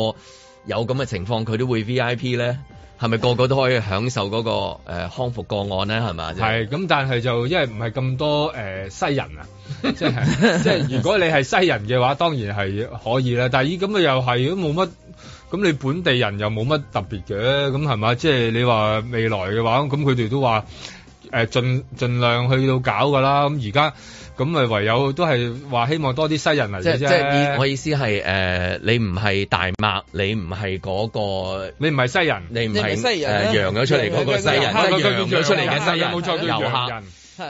Speaker 1: 有咁嘅情況佢都會 V I P 咧？係咪個個都可以享受嗰、個、呃、康復個案咧？係咪？啊
Speaker 6: 係咁，但係就因為唔係咁多誒、呃西人 啊，即係即係如果你係西人嘅話，當然係可以啦。但係咦咁啊又係都冇乜，咁你本地人又冇乜特別嘅，咁係嘛？即係你話未來嘅話，咁佢哋都話誒、呃、盡盡量去到搞㗎啦。咁而家咁咪唯有都係話希望多啲西人嚟
Speaker 1: 即
Speaker 6: 嘅
Speaker 1: 係即係
Speaker 6: 啫
Speaker 1: 意。我意思係誒、呃你唔係大麥，你唔係嗰個，
Speaker 6: 你唔係西人，
Speaker 1: 你唔
Speaker 6: 你唔係
Speaker 1: 係
Speaker 6: 西人啊
Speaker 1: 誒揚咗出嚟嗰個西人，
Speaker 6: 係
Speaker 1: 即係
Speaker 6: 佢
Speaker 1: 揚
Speaker 6: 佢
Speaker 1: 咗出嚟嘅西人，啊
Speaker 6: 冇錯佢
Speaker 1: 遊
Speaker 6: 洋人
Speaker 1: 客。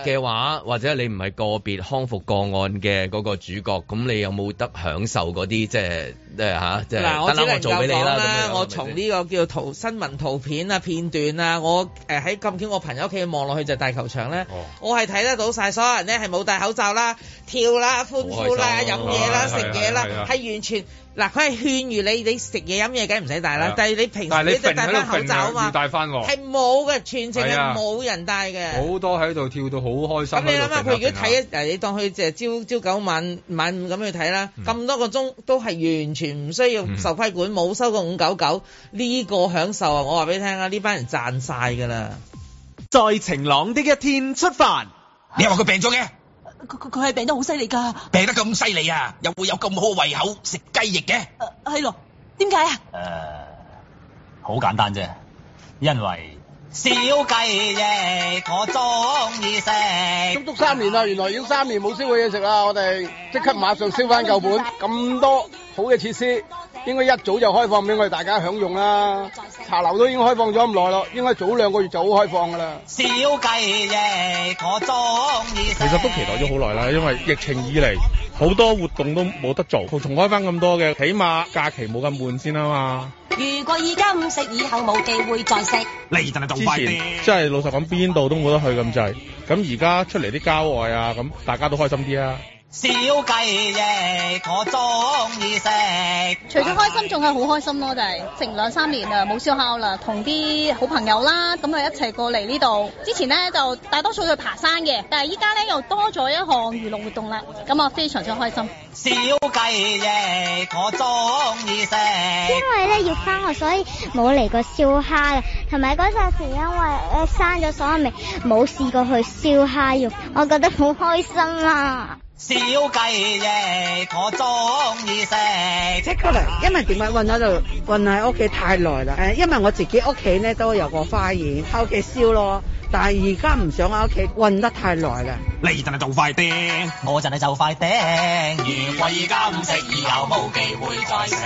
Speaker 1: 嘅話，或者你唔係個別康復個案嘅嗰個主角，咁你有冇得享受嗰啲即係即係嚇，即係
Speaker 4: 嗱，我
Speaker 1: 得
Speaker 4: 只
Speaker 1: 啦，我做
Speaker 4: 能
Speaker 1: 俾
Speaker 4: 夠
Speaker 1: 你
Speaker 4: 講
Speaker 1: 啦
Speaker 4: 啦
Speaker 1: 咁，樣
Speaker 4: 我從呢個叫圖新聞圖片啊片段啊，我誒喺咁巧我朋友屋企望落去就係大球場咧，
Speaker 1: 哦
Speaker 4: 我係睇得到晒所有人咧係冇戴口罩啦、跳啦、歡呼啦、
Speaker 1: 好開心
Speaker 4: 飲
Speaker 1: 啊
Speaker 4: 嘢
Speaker 1: 係
Speaker 4: 啦、
Speaker 1: 啊
Speaker 4: 食嘢啦
Speaker 1: 係啊，
Speaker 4: 係完全嗱佢係勸喻你你食嘢飲嘢梗係唔使戴
Speaker 6: 係
Speaker 4: 啦
Speaker 6: 啊，
Speaker 4: 但係你平時
Speaker 6: 但係你
Speaker 4: 你就戴
Speaker 6: 揈喺
Speaker 4: 翻
Speaker 6: 度
Speaker 4: 口罩
Speaker 6: 揈
Speaker 4: 啊
Speaker 6: 啊
Speaker 4: 嘛
Speaker 6: 要，戴返喎
Speaker 4: 係冇嘅，全程係
Speaker 6: 係啊
Speaker 4: 冇人戴嘅。
Speaker 6: 好多喺度跳到好開心。
Speaker 4: 咁你諗
Speaker 6: 喺
Speaker 4: 下，佢
Speaker 6: 度
Speaker 4: 如果
Speaker 6: 揈下揈下
Speaker 4: 睇嗱，你當佢就係朝朝九晚晚五咁去睇啦，咁、多個鐘都係完全唔需要受規管，冇、收過五九九呢個享受啊！我話俾你聽啊，呢班人賺晒㗎啦。
Speaker 17: 在晴朗的一天出發。
Speaker 2: 你話佢病咗嘅？
Speaker 18: 佢佢佢係病得好犀利㗎，
Speaker 2: 病得咁犀利啊，又會有咁好嘅胃口食雞翼嘅？
Speaker 18: 呃
Speaker 2: 呃
Speaker 18: 係咯？點解啊？
Speaker 2: 好簡單啫，因為小雞翼我中意食。
Speaker 7: 足足三年啦，原來要三年冇燒過嘢食啦，我哋即刻馬上燒翻舊本，咁多好嘅設施，應該一早就開放俾我哋大家享用啦。茶樓都已經開放咗咁耐咯，應該早兩個月就好開放噶啦。
Speaker 2: 小雞翼我中意食。
Speaker 19: 其實都期待咗好耐啦，因為疫情以嚟好多活動都冇得做，重開翻咁多嘅，起碼假期冇咁悶先啊嘛。
Speaker 18: 如果而家唔食，以後冇機會再食。
Speaker 2: 你真係
Speaker 19: 之前即係老實講，邊度都冇得去咁滯，咁而家出嚟啲郊外啊，咁大家都開心啲啊。
Speaker 2: 小雞翼我中意食。
Speaker 8: 除咗開心，仲係好開心咯，就係成兩三年啦，冇燒烤啦，同啲好朋友啦，咁啊一齊過嚟呢度。之前呢，就大多數去爬山嘅，但係依家呢，又多咗一項娛樂活動啦，咁啊非常之開心。
Speaker 2: 小雞翼我中意食。
Speaker 20: 因為咧要翻學，所以冇嚟過燒蝦嘅。同埋嗰陣時因為誒生咗所以咪冇試過去燒蝦肉，我覺得好開心啊！
Speaker 2: 小雞翼我中意食。
Speaker 21: 即刻嚟，因為點解困喺度困喺屋企太耐啦？誒，因為我自己屋企咧都有個花園，喺屋企燒咯。但係而家唔想喺屋企困得太耐啦。
Speaker 2: 你真係做快啲，我真係就快啲。如果而家唔食，以後冇機會再食。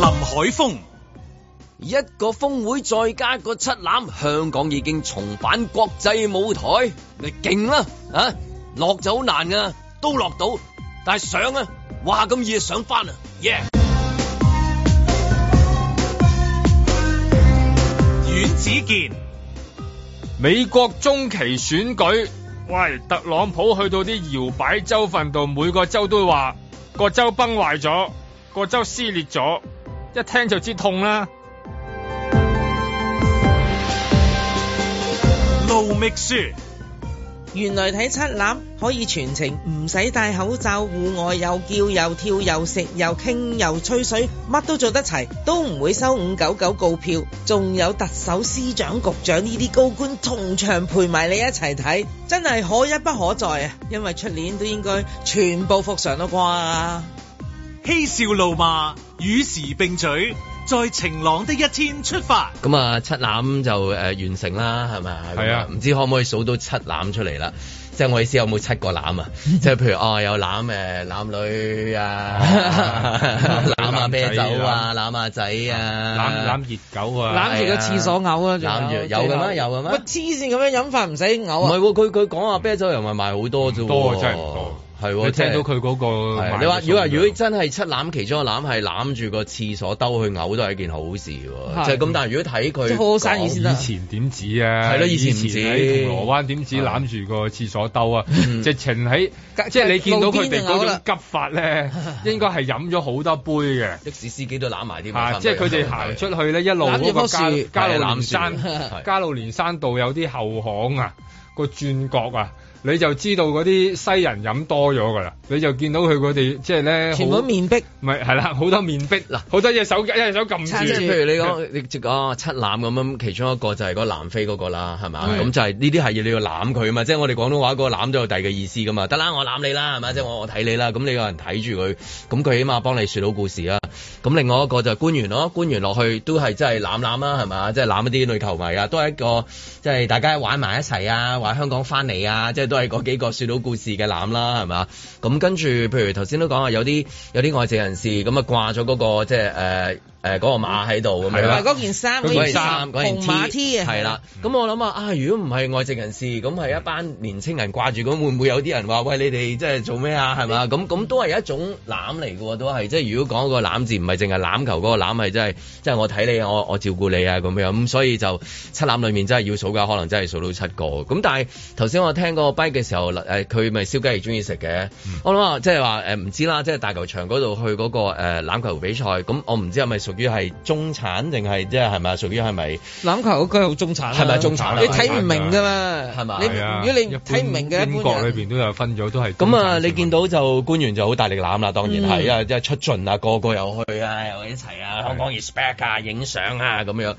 Speaker 22: 林海峰、
Speaker 1: 一個峰會再加個七攬，香港已經重返國際舞台，你勁啦啊！落就好難噶，都落到，但係上啊，哇咁易就上翻啊，yeah！
Speaker 22: 阮子健、
Speaker 6: 美國中期選舉，喂，特朗普去到啲搖擺州份度，每個州都話個州崩壞咗，個州撕裂咗，一聽就知痛啦。
Speaker 22: 盧覓雪，
Speaker 4: 原來睇七欖可以全程唔使戴口罩，戶外又叫又跳又食又傾又吹水，乜都做得齊，都唔會收五九九告票。仲有特首、司長、局長呢啲高官同場陪埋你一齊睇，真係可一不可再啊！因為出年都應該全部復常啦啩。
Speaker 2: 嬉笑怒罵，與時並舉，在晴朗的一天出發。
Speaker 1: 咁啊，七攬就誒、呃完成啦，係咪？係啊，唔知可唔可以數到七攬出嚟啦？即係我意思有冇七個 攬啊？即係譬如哦，有攬誒攬女 啊，攬啊啤酒啊，攬啊仔啊，
Speaker 6: 攬攬熱狗啊，
Speaker 4: 攬住個廁所嘔啊！仲
Speaker 1: 攬住有嘅咩？有嘅
Speaker 4: 喂
Speaker 1: 咩？
Speaker 4: 黐線咁樣飲法唔使嘔
Speaker 1: 唔係
Speaker 4: 啊！
Speaker 1: 喎，佢佢講話啤酒又唔係賣好多啫喎，
Speaker 6: 多真係唔多。
Speaker 1: 係喎，
Speaker 6: 你
Speaker 1: 即係
Speaker 6: 聽到佢嗰個
Speaker 1: 係
Speaker 6: 嗯買
Speaker 1: 你話
Speaker 6: 嘅
Speaker 1: 如果
Speaker 6: 數
Speaker 1: 如果真係七攬其中一個攬係攬住個廁所兜去嘔都係一件好事喎，
Speaker 6: 係
Speaker 1: 即係咁。但係如果睇佢
Speaker 6: 即係好好生意先得
Speaker 1: 講
Speaker 6: 哦以前點止啊？
Speaker 1: 係咯以前唔止啊
Speaker 6: 喺銅鑼灣點止攬住個廁所兜 啊？
Speaker 1: 嗯
Speaker 6: 直情喺即係你見到佢哋嗰種急法 咧，應該係飲咗好多杯嘅。
Speaker 1: 的士司機都攬埋添
Speaker 6: 啊！即係佢哋行出去咧，一路
Speaker 1: 攬住
Speaker 6: 嗰個
Speaker 1: 棵
Speaker 6: 加
Speaker 1: 樹
Speaker 6: 加路
Speaker 1: 係攬
Speaker 6: 連
Speaker 1: 樹
Speaker 6: 山
Speaker 1: 係
Speaker 6: 加路連山道有啲後巷啊，個轉角啊，你就知道嗰啲西人飲多咗㗎啦，你就見到佢佢哋即係咧，
Speaker 1: 全部都
Speaker 4: 面壁，
Speaker 6: 咪係啦，好多面壁嗱，好多隻手一隻手撳住，啊
Speaker 1: 即係譬如你講，你直講啊七攬咁樣，其中一個就係嗰南非嗰個啦，係嘛？
Speaker 6: 係
Speaker 1: 咁就係呢啲係你要攬佢嘛，即係我哋廣東話嗰個攬都有第二個意思噶嘛。得啦，我攬你啦，係嘛？即係我我睇你啦，咁你有人睇住佢，咁佢起碼幫你説到故事啊。咁另外一個就係官員咯，官員落去都係真係攬攬啊啦，係嘛？即係攬一啲女球迷啊，都係一個即係大家玩埋一齊啊，話香港翻嚟啊，即係都係嗰幾個説到故事嘅攬啦，係嘛？咁跟住譬如頭先都講話有啲有啲外籍人士咁啊掛咗嗰個即係誒誒嗰個馬喺度咁
Speaker 4: 係
Speaker 1: 樣
Speaker 4: 啦嗰件衫
Speaker 1: 嗰件衫，
Speaker 4: 嗰
Speaker 1: 嗰
Speaker 4: 件
Speaker 1: 件
Speaker 4: 紅馬 T 啊
Speaker 1: 係啦。咁我諗啊，啊如果唔係外籍人士，咁係一班年青人掛住，咁會唔會有啲人話喂你哋即係做咩啊？係嘛？咁咁都係一種攬嚟嘅喎，都係即係如果講個攬字唔係淨係攬球嗰個攬，係真係即係我睇你，我我照顧你啊咁樣。咁所以就七攬裡面真係要數㗎，可能真係數到七個。咁但係頭先我聽嗰個 b 嘅時候，誒佢咪燒雞翼中意食嘅。我諗啊，即係話誒唔知啦，即係大球場嗰度去嗰個誒攬球比賽，咁我唔知係啊咪屬於係中產定係即係係咪屬於係咪？
Speaker 4: 攬球嗰句好中產啊，
Speaker 1: 係咪中產啊
Speaker 4: 你睇唔明㗎嘛？係
Speaker 1: 嘛
Speaker 4: 你
Speaker 1: 係啊
Speaker 4: 如果你睇唔明嘅
Speaker 6: 英
Speaker 4: 一
Speaker 6: 國
Speaker 4: 般
Speaker 6: 裏
Speaker 4: 人。
Speaker 6: 邊都有分咗，都係
Speaker 1: 咁啊，你見到就官員就好大力攬啦，當然係，
Speaker 6: 嗯
Speaker 1: 因為即係出盡啊，個個又去啊，又一齊啊，香港 respect 啊，影相啊咁樣。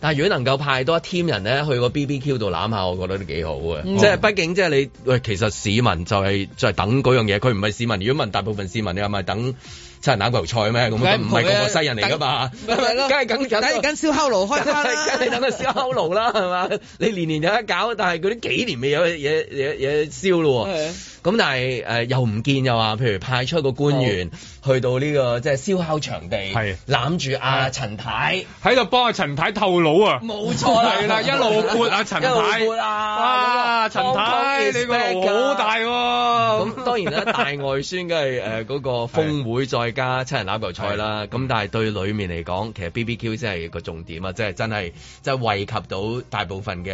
Speaker 1: 但係如果能夠派多一 team 人咧去個 BBQ 度攬下，我覺得都幾好嘅。
Speaker 6: 嗯
Speaker 1: 即係畢竟即係你喂，其實市民就係、就係、等嗰樣嘢，佢唔係市民。如果問大部分市民，你係咪等七人欖球賽咩？咁
Speaker 4: 梗係
Speaker 1: 唔
Speaker 4: 唔
Speaker 1: 係
Speaker 4: 會
Speaker 1: 個
Speaker 4: 啊
Speaker 1: 個西人嚟㗎嘛？
Speaker 4: 咪係咯，
Speaker 1: 梗係梗
Speaker 4: 等緊燒烤爐開翻啦，
Speaker 1: 梗係等個燒烤爐啦，係嘛？你年年有得搞，但係嗰啲幾年未有嘢嘢嘢燒咯喎。咁但係誒、呃又唔見又話，譬如派出一個官員去到呢、個即係燒烤場地，
Speaker 6: 係
Speaker 1: 攬住阿陳太。
Speaker 6: 喺度幫阿陳太透腦啊！
Speaker 1: 冇錯啦，
Speaker 6: 係啦，一路撥阿陳太，
Speaker 1: 一路撥啊！
Speaker 6: 啊陳太，你個
Speaker 4: 啊
Speaker 6: 爐好大喎！
Speaker 1: 咁當然啦，大外宣梗係誒嗰個峰會再加七人欖球賽啦。咁但係對裏面嚟講，其實 BBQ 真係個重點啊，即係真係即係惠及到大部分嘅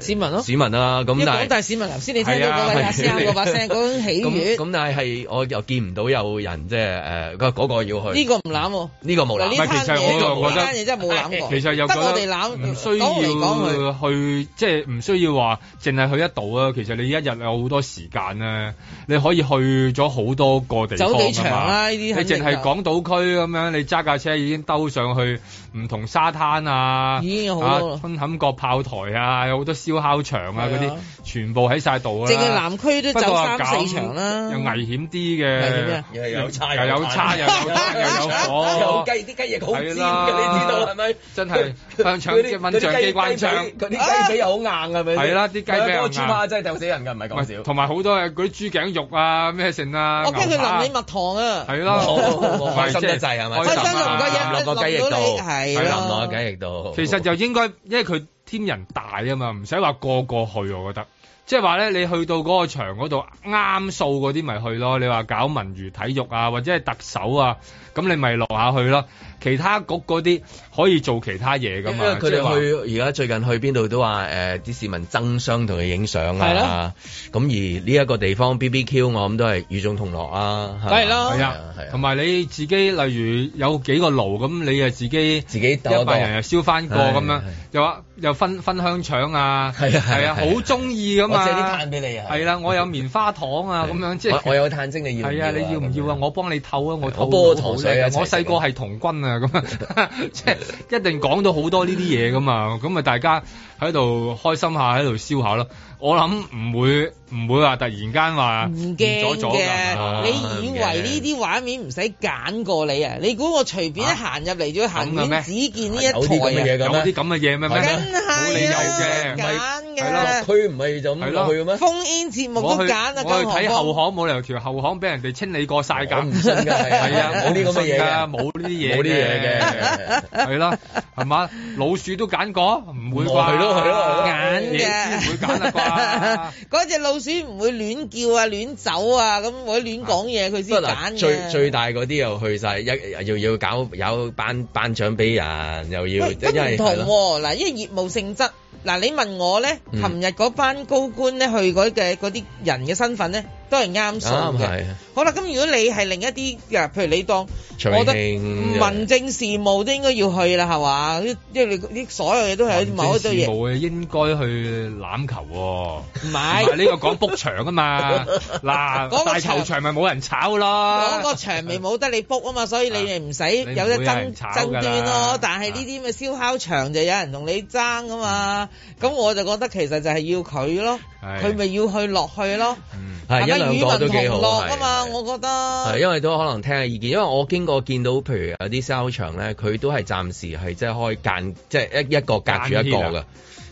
Speaker 1: 誒
Speaker 4: 市民咯
Speaker 1: 市民啦。咁
Speaker 4: 因為
Speaker 1: 但
Speaker 4: 廣
Speaker 1: 係
Speaker 4: 大市民頭先你聽
Speaker 6: 啊
Speaker 4: 到嗰位阿師嗰把聲嗰種喜
Speaker 1: 咁
Speaker 4: 悅，
Speaker 1: 咁，但係係我又見唔到有人即係誒嗰嗰個要去
Speaker 4: 呢個唔攬喎。
Speaker 1: 呢個冇攬。
Speaker 4: 嗱呢單嘢
Speaker 1: 呢個冇
Speaker 4: 呢單嘢真係冇攬過，
Speaker 6: 其實又覺
Speaker 4: 得我
Speaker 6: 得
Speaker 4: 哋嗯攬，
Speaker 6: 唔需
Speaker 4: 講嚟講去。
Speaker 6: 要啊去，即係唔需要話淨係去一度啊。其實你一日有好多時間咧，你可以去咗好多個地方
Speaker 4: 走地
Speaker 6: 㗎
Speaker 4: 場
Speaker 6: 嘛
Speaker 4: 啦呢
Speaker 6: 你
Speaker 4: 啲肯定
Speaker 6: 淨係
Speaker 4: 㗎
Speaker 6: 港島區咁樣，你揸架車已經兜上去唔同沙灘啊，
Speaker 4: 已經有好多啦
Speaker 6: 啊春冚角炮台啊，有好多燒烤場啊嗰
Speaker 4: 係
Speaker 6: 啲
Speaker 4: 啊，
Speaker 6: 全部喺晒度啦。啊
Speaker 4: 淨係南區都
Speaker 6: 不過
Speaker 4: 走
Speaker 6: 啊
Speaker 4: 三
Speaker 6: 咁
Speaker 4: 四場啦
Speaker 6: 又危險啲
Speaker 4: 危險咩
Speaker 6: 嘅
Speaker 1: 又
Speaker 4: 啊，
Speaker 1: 有差
Speaker 6: 又有差又 有又有火，
Speaker 1: 有雞啲雞翼好尖嘅，你知道係咪？
Speaker 6: 真係向腸
Speaker 1: 嗰啲
Speaker 6: 蚊像機關槍
Speaker 1: 嗰啲雞髀嗰啲雞髀又好硬係咪先？
Speaker 6: 係啦啲雞髀又硬
Speaker 1: 嗰個豬扒真係掉死人㗎，唔係講笑。
Speaker 6: 同埋好多嘅嗰啲豬頸肉啊，咩剩啊，
Speaker 4: 我驚
Speaker 6: 牛扒
Speaker 4: 佢
Speaker 6: 啊
Speaker 4: 淋你蜜糖啊！
Speaker 6: 係啦
Speaker 1: 冇冇冇
Speaker 6: 唔
Speaker 1: 開
Speaker 6: 係
Speaker 1: 心
Speaker 6: 即
Speaker 1: 得滯係咪
Speaker 6: 開
Speaker 1: 開
Speaker 6: 心
Speaker 1: 心啊唔
Speaker 6: 啊
Speaker 1: 該一淋落個雞翼度係
Speaker 4: 係啦
Speaker 1: 淋落個雞翼度
Speaker 6: 其實就應該，因為佢天人大啊嘛，唔使話個個去，我覺得。即係話咧，你去到嗰個場嗰度啱數嗰啲咪去咯。你話搞文娛體育啊，或者係特首啊，咁你咪落下去咯。其他局嗰啲可以做其他嘢噶
Speaker 1: 因
Speaker 6: 嘛。
Speaker 1: 為佢
Speaker 6: 即係話
Speaker 1: 哋去而家最近去邊度都話誒啲市民爭相同佢影相啊
Speaker 6: 係啦，
Speaker 1: 咁而呢一個地方 BBQ 我諗都係與眾同樂啊，係嘛
Speaker 6: 係啊，同埋你自己，例如有幾個爐咁，你啊自己自
Speaker 1: 己
Speaker 6: 一
Speaker 1: 鬥一個
Speaker 6: 班人又燒翻個咁樣
Speaker 1: 係係，
Speaker 6: 又話又有分分香腸啊，
Speaker 1: 係啊
Speaker 6: 係啊，
Speaker 1: 係啊
Speaker 6: 好中意噶嘛。
Speaker 1: 我借啲炭俾你啊
Speaker 6: 係啦，我有棉花糖啊，咁樣即係
Speaker 1: 我我有炭精，你要唔
Speaker 6: 係
Speaker 1: 要
Speaker 6: 啊，
Speaker 1: 啊
Speaker 6: 你要唔要啊？我幫你透啊，我透
Speaker 1: 我煲個
Speaker 6: 到
Speaker 1: 糖
Speaker 6: 好
Speaker 1: 水啊
Speaker 6: 叻
Speaker 1: 一齊食啊
Speaker 6: 我細個係童軍啊，咁啊， 即係一定講到好多呢啲嘢噶嘛，咁啊大家喺度開心下，喺度燒下咯。我諗唔會唔會話突然間話唔
Speaker 4: 驚
Speaker 6: 啊咗咗㗎啊
Speaker 4: 嘅，你以為呢啲畫面唔使揀過你啊？你估我隨便一行入嚟，仲要行
Speaker 6: 咁嘅咩
Speaker 4: 遠只見呢一台
Speaker 1: 有啲咁嘅嘢嘅
Speaker 4: 啊？
Speaker 1: 咩？
Speaker 6: 有啲咁嘅嘢咩咩？
Speaker 1: 係咩
Speaker 6: 冇理由嘅，
Speaker 4: 揀
Speaker 1: 係啦
Speaker 4: 嘅，
Speaker 1: 落區唔係就咁
Speaker 6: 係
Speaker 1: 落
Speaker 6: 咯
Speaker 1: 去嘅咩？
Speaker 4: 封煙節目
Speaker 6: 我
Speaker 4: 都
Speaker 6: 去
Speaker 4: 揀啊，
Speaker 6: 我
Speaker 4: 更
Speaker 6: 去
Speaker 4: 何
Speaker 6: 睇後
Speaker 4: 況
Speaker 6: 巷冇理由條後巷俾人哋清理過晒㗎，唔
Speaker 1: 信㗎係啊
Speaker 6: 係啊，
Speaker 1: 冇呢咁嘅嘢嘅
Speaker 6: 㗎，冇呢啲嘢嘅，
Speaker 1: 冇呢啲
Speaker 6: 嘢嘅，係啦，係嘛？老鼠都揀過，唔會啩？
Speaker 1: 係咯係咯係咯
Speaker 6: 揀
Speaker 4: 嘅
Speaker 6: 野豬唔會揀得啩？
Speaker 4: 嗰只老鼠唔會亂叫啊、亂走啊，咁或者亂講嘢佢
Speaker 1: 不過
Speaker 4: 先
Speaker 1: 嗱，
Speaker 4: 揀
Speaker 1: 最
Speaker 4: 嘅
Speaker 1: 最大嗰啲又去晒，一又要搞有頒頒獎俾人，又要
Speaker 4: 喂，
Speaker 1: 因為
Speaker 4: 不
Speaker 1: 係
Speaker 4: 唔同
Speaker 1: 咯
Speaker 4: 喎，嗱，因為業務性質，嗱，你問我咧，
Speaker 1: 嗯
Speaker 4: 琴日嗰班高官咧去嗰嘅嗰啲人嘅身份咧，都係啱數
Speaker 1: 啱係
Speaker 4: 嘅。好啦，咁如果你係另一啲嘅，譬如你當，
Speaker 1: 徐
Speaker 4: 我覺得
Speaker 1: 慶
Speaker 4: 民政事務都應該要去啦，係嘛？因為你啲所有嘢都係某一堆嘢。
Speaker 6: 冇嘅，應該去攬球喎。唔
Speaker 4: 係
Speaker 6: 呢個講 book 場啊嘛。
Speaker 4: 嗰
Speaker 6: 嗱，
Speaker 4: 個
Speaker 6: 大球場咪冇人炒咯
Speaker 1: 啊
Speaker 4: 嗰。個場未冇得你 book 啊嘛，所以你咪唔使有得
Speaker 6: 你唔會有
Speaker 4: 爭
Speaker 6: 人炒㗎
Speaker 4: 爭
Speaker 6: 啦
Speaker 4: 端咯。但係呢啲咁嘅燒烤場就有人同你爭啊嘛，咁我就覺得其實就係要佢咯，
Speaker 1: 係
Speaker 4: 佢咪要去落去咯，
Speaker 6: Ừ.
Speaker 1: 係
Speaker 4: 係
Speaker 1: 一
Speaker 4: 咪
Speaker 1: 兩
Speaker 4: 與
Speaker 1: 個
Speaker 4: 民
Speaker 1: 都幾好
Speaker 4: 同樂啊
Speaker 1: 係
Speaker 4: 嘛？我覺得
Speaker 1: 係因為都可能聽下意見，因為我經過見到譬如有啲 sales 場咧，佢都係暫時係即係開間，即係一一個隔住一個
Speaker 6: 間歇
Speaker 1: 嘅。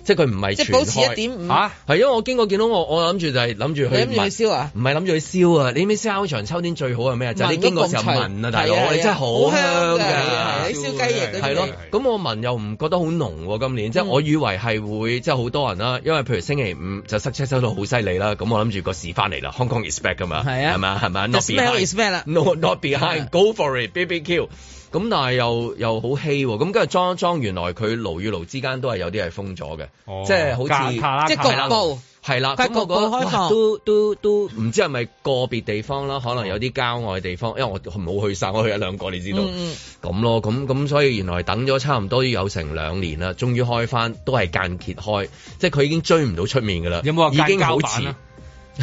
Speaker 1: 即係佢唔係
Speaker 4: 啊即係
Speaker 1: 全
Speaker 4: 保持
Speaker 1: 開
Speaker 4: 1.5
Speaker 1: 嚇係因為我經過見到我，我諗住就係諗住去
Speaker 4: 你諗住去
Speaker 1: 聞
Speaker 4: 燒啊
Speaker 1: 唔係諗住去燒啊！你知唔知燒場秋天最好係咩啊？就係你經過時候聞啊，大佬，
Speaker 4: 聞嗰個
Speaker 1: 你真係
Speaker 4: 好
Speaker 1: 好
Speaker 4: 香
Speaker 1: 香
Speaker 4: 㗎
Speaker 1: 㗎
Speaker 4: 係。啊你燒雞翼嗰啲
Speaker 1: 係咯，咁我聞又唔覺得好濃喎，今
Speaker 4: 嗯
Speaker 1: 年即係我以為係會即係好多人啦，因為譬如星期五就塞車塞到好犀利啦，咁我諗住個市翻嚟啦，Hong Kong is back 㗎嘛，係啊，係咪啊係咪啊
Speaker 4: The
Speaker 1: ？Not
Speaker 4: smell
Speaker 1: behind
Speaker 4: is back 啦
Speaker 1: No, not behind. Go for it, BBQ. 咁但係又又好稀喎，咁跟住裝一裝，原來佢勞與勞之間都係有啲係封咗嘅，即係好似
Speaker 6: 架架
Speaker 4: 即係局部
Speaker 1: 係啦，
Speaker 4: 佢
Speaker 1: 咁
Speaker 4: 係
Speaker 1: 我
Speaker 4: 局部
Speaker 1: 覺得
Speaker 4: 開
Speaker 1: 哇
Speaker 4: 放嗯
Speaker 1: 都都都唔知係咪個別地方啦，可能有啲郊外地方，因為我冇去晒，我去一兩個，你知道。
Speaker 4: 嗯
Speaker 1: 咁咯，咁咁所以原來等咗差唔多有成兩年啦，終於開翻，都係間歇開，即係佢已經追唔到出面㗎啦，有
Speaker 6: 冇話間
Speaker 1: 已經好
Speaker 6: 膠板
Speaker 1: 遲
Speaker 6: 啊。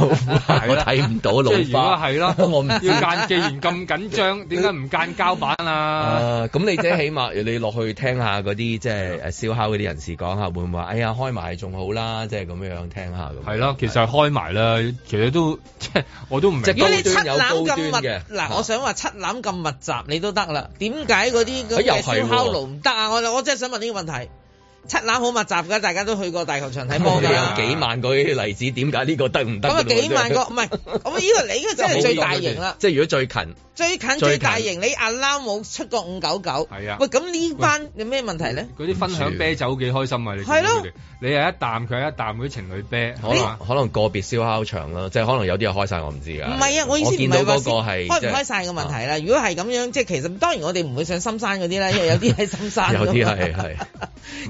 Speaker 1: 我睇唔到老
Speaker 6: 即係如果啊
Speaker 1: 花，
Speaker 6: 係啦，
Speaker 1: 我唔知
Speaker 6: 要間，既然咁緊張，點解唔間膠板 啊？
Speaker 1: 啊，咁你即係起碼 你落去聽下嗰啲即係誒燒烤嗰啲人士講下，會唔會話哎呀開埋仲好啦，即係咁樣樣聽下咁。
Speaker 6: 係咯，其實開埋啦，其實都 即係我都唔明。
Speaker 1: 即係
Speaker 4: 如果你七
Speaker 1: 高端有
Speaker 4: 攬咁
Speaker 1: 高端嘅
Speaker 4: 密，嗱，
Speaker 1: 嚇
Speaker 4: 我想話七攬咁密集你都得啦。點解嗰啲咁
Speaker 1: 啊又係
Speaker 4: 嘅
Speaker 1: 喎
Speaker 4: 燒烤爐唔得啊？我我真係想問呢個問題。七攬好密集㗎，大家都去過大球場睇波㗎啦。
Speaker 1: 有幾萬個例子，點解呢個得唔得？
Speaker 4: 咁啊幾萬個，唔係，咁啊呢個你呢個真係最大型啦。
Speaker 1: 即係如果最近，
Speaker 4: 最近
Speaker 1: 最
Speaker 4: 最
Speaker 1: 近
Speaker 4: 大型，你阿拉冇出過五九九，係
Speaker 6: 啊
Speaker 4: 喂，咁呢班有咩問題咧？
Speaker 6: 嗰啲分享啤酒幾開心啊！你見
Speaker 4: 係
Speaker 6: 到
Speaker 4: 咯
Speaker 6: 佢哋，你係一啖佢係一啖嗰啲情侶啤，
Speaker 1: 可能可能個別燒烤場啦，即係可能有啲係開晒，我唔知㗎。
Speaker 4: 唔係啊，我意思唔
Speaker 1: 見到
Speaker 4: 係話
Speaker 1: 嗰個
Speaker 4: 先
Speaker 1: 係
Speaker 4: 開唔
Speaker 1: 即係啊
Speaker 4: 開晒嘅問題啦。如果係咁樣，即係其實當然我哋唔會上深山嗰啲啦，因為有啲喺 深山㗎嘛。
Speaker 6: 有啲係係。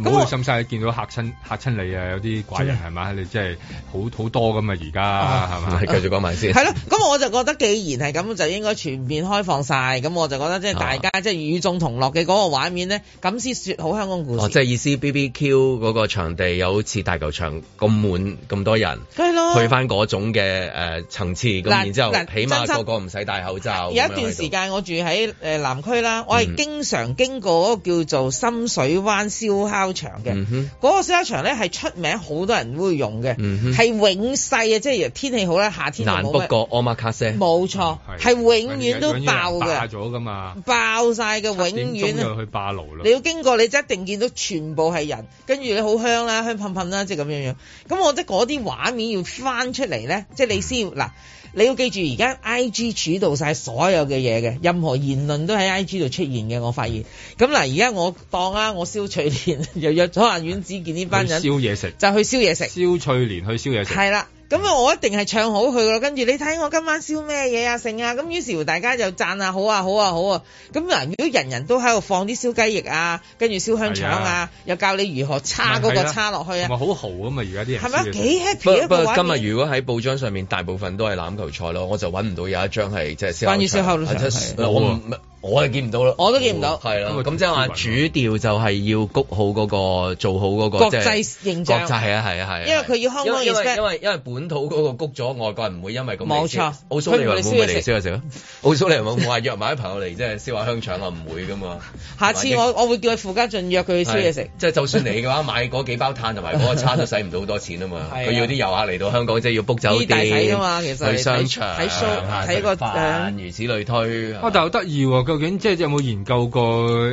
Speaker 4: 咁
Speaker 6: 唔
Speaker 4: 我
Speaker 6: 好去心晒，見到嚇親嚇親你啊！有啲怪人係嘛，你真係好好多咁啊！而家係嘛，
Speaker 1: 繼續講埋先
Speaker 4: 係咯，咁我就覺得既然係咁，就應該全面開放晒。咁我就覺得即
Speaker 1: 啊
Speaker 4: 係大家即係與眾同樂嘅嗰個畫面咧，咁先説好香港故
Speaker 1: 哦，
Speaker 4: 事。
Speaker 1: 即係意思 BBQ 嗰個場地有似大球場咁滿咁多人，
Speaker 4: 梗係咯
Speaker 1: 去翻嗰種嘅誒層次，咁
Speaker 4: 哦嗱
Speaker 1: 然之後
Speaker 4: 嗱
Speaker 1: 起碼
Speaker 4: 真心
Speaker 1: 個個唔使戴口罩。
Speaker 4: 有一
Speaker 1: 咁樣
Speaker 4: 段
Speaker 1: 喺度
Speaker 4: 時間我住喺誒南區啦，我係
Speaker 1: 嗯
Speaker 4: 經常經過嗰個叫做深水灣燒烤場嘅。
Speaker 1: 嗯哼
Speaker 4: 嗰個燒烤場咧係出名，好多人會用嘅，係、
Speaker 1: 嗯哼
Speaker 4: 永世啊！即係天氣好啦，夏天就
Speaker 1: 難
Speaker 4: 冇
Speaker 1: book
Speaker 4: 乜，
Speaker 1: 過 omakase，
Speaker 4: 冇錯，
Speaker 1: 嗯
Speaker 4: 係永遠都爆
Speaker 6: 霸
Speaker 4: 嘅，
Speaker 6: 咗噶嘛，
Speaker 4: 爆晒嘅，
Speaker 6: 點
Speaker 4: 永
Speaker 6: 鐘
Speaker 4: 遠啊
Speaker 6: 就去霸爐啦
Speaker 4: 你。要經過，你就一定見到全部係人，跟住你好香啦，香噴噴啦，即係咁樣樣。咁我覺得嗰啲畫面要翻出嚟咧，即係你
Speaker 6: 嗯
Speaker 4: 先要嗱，你要記住而家 I G 主導晒所有嘅嘢嘅，任何言論都喺 I G 度出現嘅。我發現咁嗱，而家我當啊，我蕭翠蓮 又約咗顏丸子見呢班人
Speaker 6: 去燒嘢食，
Speaker 4: 就去燒嘢食。
Speaker 6: 燒翠蓮去燒嘢食，
Speaker 4: 係啦。咁啊，我一定係唱好佢咯。跟住你睇我今晚燒咩嘢啊，剩啊。咁於是乎大家就讚啊，好啊，好啊，好啊。咁嗱，如果人人都喺度放啲燒雞翼啊，跟住燒香腸
Speaker 6: 係
Speaker 4: 啊
Speaker 6: 啊，
Speaker 4: 又教你如何叉嗰個叉落去啊
Speaker 6: 咪，好豪啊嘛！而家啲人
Speaker 4: 係咪啊
Speaker 6: 燒嘢食
Speaker 4: 幾 happy
Speaker 1: 不
Speaker 4: 一
Speaker 1: 不
Speaker 4: 個
Speaker 1: 過
Speaker 4: 畫
Speaker 1: 今
Speaker 4: 面？
Speaker 1: 日如果喺報章上面，大部分都係欖球賽咯，我就揾唔到有一張係即係燒烤
Speaker 4: 關於燒烤
Speaker 1: 場
Speaker 4: 場
Speaker 1: 啊即係
Speaker 4: 係
Speaker 1: 我唔我係見唔到啦，
Speaker 4: 我都見唔到
Speaker 1: 係啦，咁即係話主調就係要谷好嗰、個，做好嗰、個
Speaker 4: 國
Speaker 1: 即係
Speaker 4: 際形象
Speaker 1: 國際係啊係啊係啊，
Speaker 4: 因為佢要香港
Speaker 1: 因為因
Speaker 4: respect
Speaker 1: 為因為因為本土嗰個谷咗，外國人唔會因為咁嚟
Speaker 4: 冇
Speaker 1: 燒
Speaker 4: 錯
Speaker 1: 澳蘇利
Speaker 4: 佢唔
Speaker 1: 文
Speaker 4: 會
Speaker 1: 會唔會
Speaker 4: 燒嘢
Speaker 1: 嚟
Speaker 4: 食
Speaker 1: 燒嘢食啊？澳蘇利文會唔會話約埋啲朋友嚟即係燒下香腸啊？唔會噶嘛，
Speaker 4: 下次我我會叫佢傅家俊約佢去燒嘢食
Speaker 1: 係。即係就算嚟嘅話，買嗰幾包炭同埋嗰個餐都使唔到好多錢啊嘛。
Speaker 4: 係啊
Speaker 1: 佢要啲遊客嚟到香港，即係要 book 酒
Speaker 4: 呢大
Speaker 1: 店
Speaker 4: 體啊嘛其實
Speaker 1: 去商場、
Speaker 4: 睇睇 show，
Speaker 1: 啊
Speaker 4: 睇個
Speaker 1: 食飯如此類推。
Speaker 6: 啊，但係好得意喎！究竟即係有冇研究過？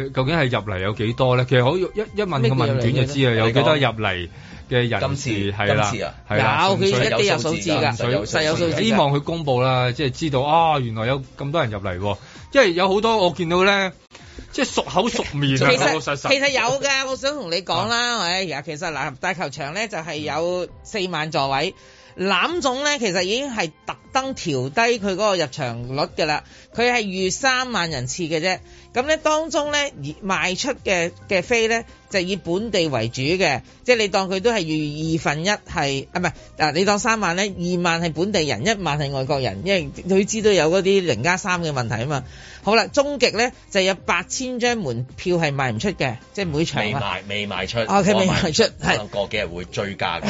Speaker 6: 究竟係入嚟有幾多咧？其實好一一問個問卷就知啊，有幾多入嚟嘅人士係啦
Speaker 1: 今次啊，
Speaker 6: 係啦，
Speaker 4: 有佢
Speaker 6: 純粹
Speaker 4: 一啲有數字
Speaker 6: 純
Speaker 4: 㗎
Speaker 6: 粹
Speaker 4: 實有數字㗎
Speaker 6: 希望佢公佈啦，即係知道啊，原來有咁多人入嚟喎，因為有好多我見到咧，即係熟口熟面
Speaker 4: 其
Speaker 6: 啊，老老實
Speaker 4: 實
Speaker 6: 實啊
Speaker 4: 其實有㗎， 我想同你講啦，唉，而家其實嗱大球場咧就係有四萬座位，攬總咧其實已經係特登調低佢嗰個入場率㗎啦，佢係預三萬人次嘅啫。咁咧當中咧而賣出嘅嘅飛咧就以本地為主嘅，即係你當佢都係預二分一係啊，唔係嗱，你當三萬咧，二萬係本地人，一萬係外國人，因為佢知道有嗰啲零加三嘅問題啊嘛。好啦，終極咧就有八千張門票係賣唔出嘅，即係每場
Speaker 1: 未
Speaker 4: 啊
Speaker 1: 賣未賣出，
Speaker 4: 哦佢未賣出
Speaker 1: 可能過幾日會追加嘅，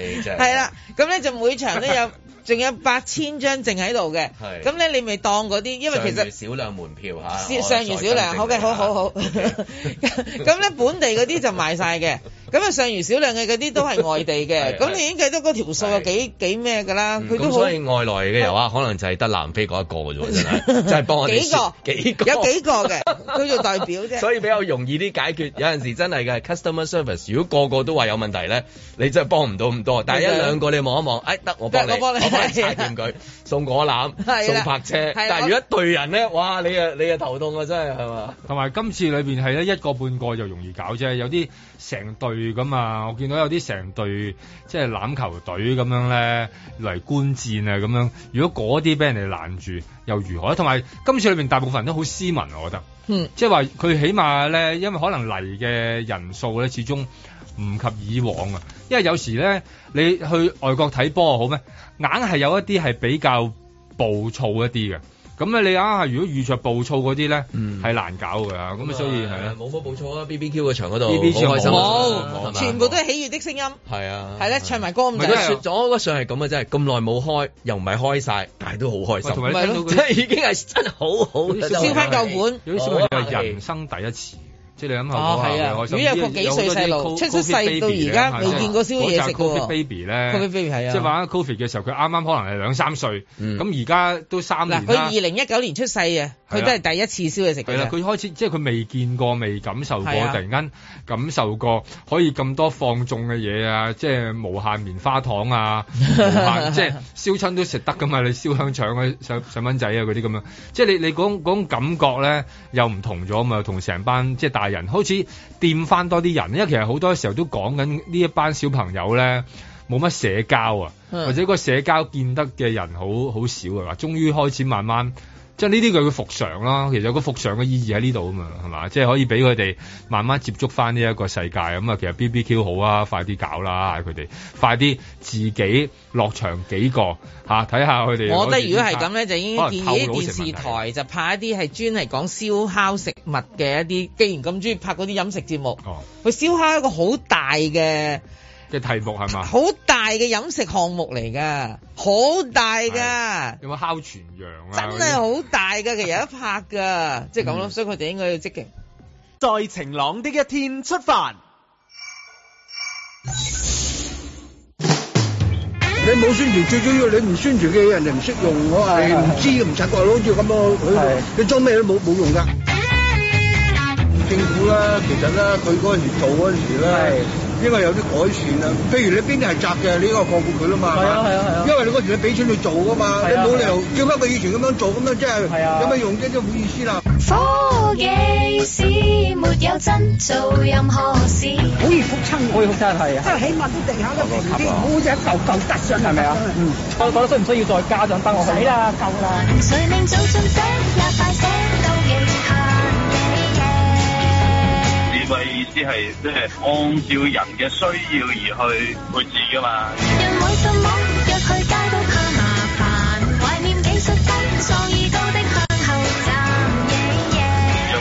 Speaker 1: 你真係
Speaker 4: 係啦，咁咧就每場 都有，仲有八千張剩喺度嘅。
Speaker 1: 係
Speaker 4: 咁咧你咪當嗰 啲，因為其
Speaker 1: 上
Speaker 4: 實
Speaker 1: 月。少量門票
Speaker 4: 少
Speaker 1: 嚇，
Speaker 4: 上完少量，好嘅，好 好好。 咁咧本地嗰啲就賣晒嘅，咁啊上完少量嘅嗰啲都係外地嘅，
Speaker 1: 係嗯
Speaker 4: 咁你已經計到嗰條數有幾幾咩㗎啦，佢都
Speaker 1: 咁
Speaker 4: 好
Speaker 1: 所以外來嘅遊客可能就係得南非嗰一個 嘅啫喎，真係真係幫我哋
Speaker 4: 幾個
Speaker 1: 幾個
Speaker 4: 有幾個 嘅，佢做代表啫。
Speaker 1: 所以比較容易啲解決。有陣時真係嘅 customer service，如果個個都話有問題咧，你真係幫唔到咁多。但係一兩個你望一望，哎得我幫你，
Speaker 4: 得
Speaker 1: 我
Speaker 4: 我
Speaker 1: 幫
Speaker 4: 幫你
Speaker 1: 你踩掂 佢，送果籃，
Speaker 4: 係
Speaker 1: 送
Speaker 4: 啦
Speaker 1: 泊車。
Speaker 4: 係啦
Speaker 1: 但係如果一隊人咧，哇！你啊你啊頭痛啊，真係係嘛？
Speaker 6: 同埋今次裏邊係咧一個半個就容易搞啫，有啲成隊咁啊，我見到有啲成隊即係欖球隊咁樣咧嚟觀戰啊咁樣，如果嗰啲俾人哋攔住又如何咧？同埋今次裏邊大部分人都好斯文，我覺得，
Speaker 4: 嗯，
Speaker 6: 即係話佢起碼咧，因為可能嚟嘅人數咧始終唔及以往啊，因為有時咧你去外國睇波好咩，硬係有一啲係比較暴躁一啲嘅。咁咧，你啊，如果遇着暴躁嗰啲咧，係、
Speaker 4: 嗯
Speaker 6: 難搞㗎。咁啊，所以係啊，
Speaker 1: 冇冇冇錯啊！BBQ 嘅場嗰度
Speaker 6: BBQ
Speaker 1: 好開心啊，
Speaker 4: 冇，
Speaker 1: 係嘛
Speaker 4: 全部都係喜悅的聲音，
Speaker 1: 係啊，
Speaker 4: 係咧唱埋歌
Speaker 1: 唔
Speaker 4: 咁
Speaker 1: 係佢説
Speaker 4: 滯。
Speaker 1: 咗嗰上係咁嘅啊真係咁耐冇開，又唔係開晒，但係都好開心。
Speaker 6: 喂同
Speaker 1: 咪
Speaker 6: 埋你聽到
Speaker 1: 咯
Speaker 6: 嗰啲
Speaker 1: 即係已經係真係好好
Speaker 6: 有啲小朋友
Speaker 4: 燒返舊本
Speaker 6: 有啲小朋友係人生第一次，即係你諗下
Speaker 4: 哦
Speaker 6: 嗰
Speaker 4: 係
Speaker 6: 下
Speaker 4: 啊
Speaker 6: 嘅開心。
Speaker 4: 如果有個幾歲細路出出世到而家未見過燒嘢食嘅喎
Speaker 6: Covid baby 咧
Speaker 4: Covid baby 係啊嗯
Speaker 6: 即係玩緊 Covid 嘅時候，佢啱啱可能係兩三歲，咁而家都三
Speaker 4: 嗱，
Speaker 6: 年
Speaker 4: 佢
Speaker 6: 啦
Speaker 4: 二。零一九年出世嘅，佢都係第一次燒嘢食
Speaker 6: 係
Speaker 4: 嘅
Speaker 6: 啦，
Speaker 4: 啫。
Speaker 6: 佢開始即係佢未見過、未感受過，
Speaker 4: 係啊
Speaker 6: 突然間感受過可以咁多放縱嘅嘢啊！即係無限棉花糖 啊，無限即係燒親都食得噶嘛！你燒香腸嗰啲細細蚊仔啊嗰啲咁樣，即係你你嗰種嗰種感覺咧又唔同咗嘛，同成班即係大人開始掂翻多啲人，因為其實好多時候都講緊呢一班小朋友咧。冇乜社交啊，
Speaker 4: 嗯
Speaker 6: 或者個社交見得嘅人好好少啊，嗱，終於開始慢慢。即係呢啲佢嘅復常啦，其實個復常嘅意義喺呢度啊嘛，係嘛？即係可以俾佢哋慢慢接觸翻呢一個世界咁啊。其實 BBQ 好啊，快啲搞啦，佢哋快啲自己落場幾個嚇，睇下佢哋。
Speaker 4: 我覺得如果係咁咧，就應該建
Speaker 6: 可
Speaker 4: 議
Speaker 6: 能透
Speaker 4: 啲
Speaker 6: 露成
Speaker 4: 電視
Speaker 6: 問題
Speaker 4: 台就拍一啲係專係講燒烤食物嘅一啲，既然咁中意拍嗰啲飲食節目，
Speaker 6: 哦
Speaker 4: 佢燒烤一個好大嘅。
Speaker 6: 嘅題目係 嘛？
Speaker 4: 好大嘅飲食項目嚟㗎，好大㗎，
Speaker 6: 有冇烤全羊啊？
Speaker 4: 真係好大㗎，其實有一拍㗎，即係咁咯，
Speaker 5: 嗯
Speaker 4: 所以佢哋應該要積極。
Speaker 5: 在晴朗的一天出發。
Speaker 3: 你冇宣傳，最主要你唔宣傳嘅嘢，人哋唔識用，我係唔知唔察覺，好似咁咯。佢你裝咩都冇冇用㗎。政府啦，其實啦，佢嗰陣時做嗰陣時啦，應該有啲改善啦。譬如你邊啲係窄嘅，你應該擴闊佢啦嘛。係啊係啊係啊。因為你嗰時你俾錢去做㗎嘛，你
Speaker 8: 係啊
Speaker 3: 冇
Speaker 8: 係啊
Speaker 3: 理由照翻佢以前咁樣做，咁樣即係有咩用啫？都冇意思啦。
Speaker 8: 科技史沒有真做任何事，好易覆親，好易覆親係
Speaker 3: 啊
Speaker 8: 起碼都地下都
Speaker 3: 平啲唔好
Speaker 8: 隻嚿嚿突上係咪啊？嗯，我覺得需唔需要再加上燈落去啦，夠啦。誰令早進醒，也快醒到極
Speaker 9: 智慧意思係即係按照人嘅需要而去配置噶嘛。
Speaker 8: 限，若每個網約去街都怕麻煩，懷念技術低，所以都的向後站。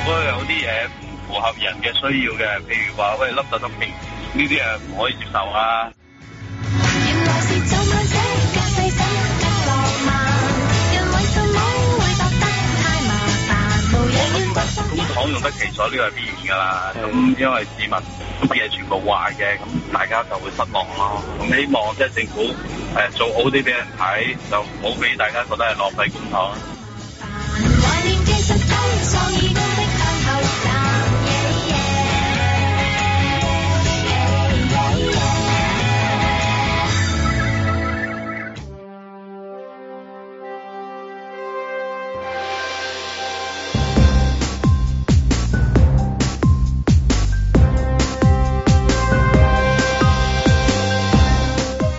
Speaker 9: 果有啲嘢唔符合人嘅需要嘅，譬如話喂粒特特冰呢啲啊唔可以接受啊。公帑用得其所呢個係必然㗎啦，咁因為市民啲嘢全部壞嘅，咁大家就會失望咯。咁希望即係政府誒、呃做好啲俾人睇，就唔好俾大家覺得係浪費公帑。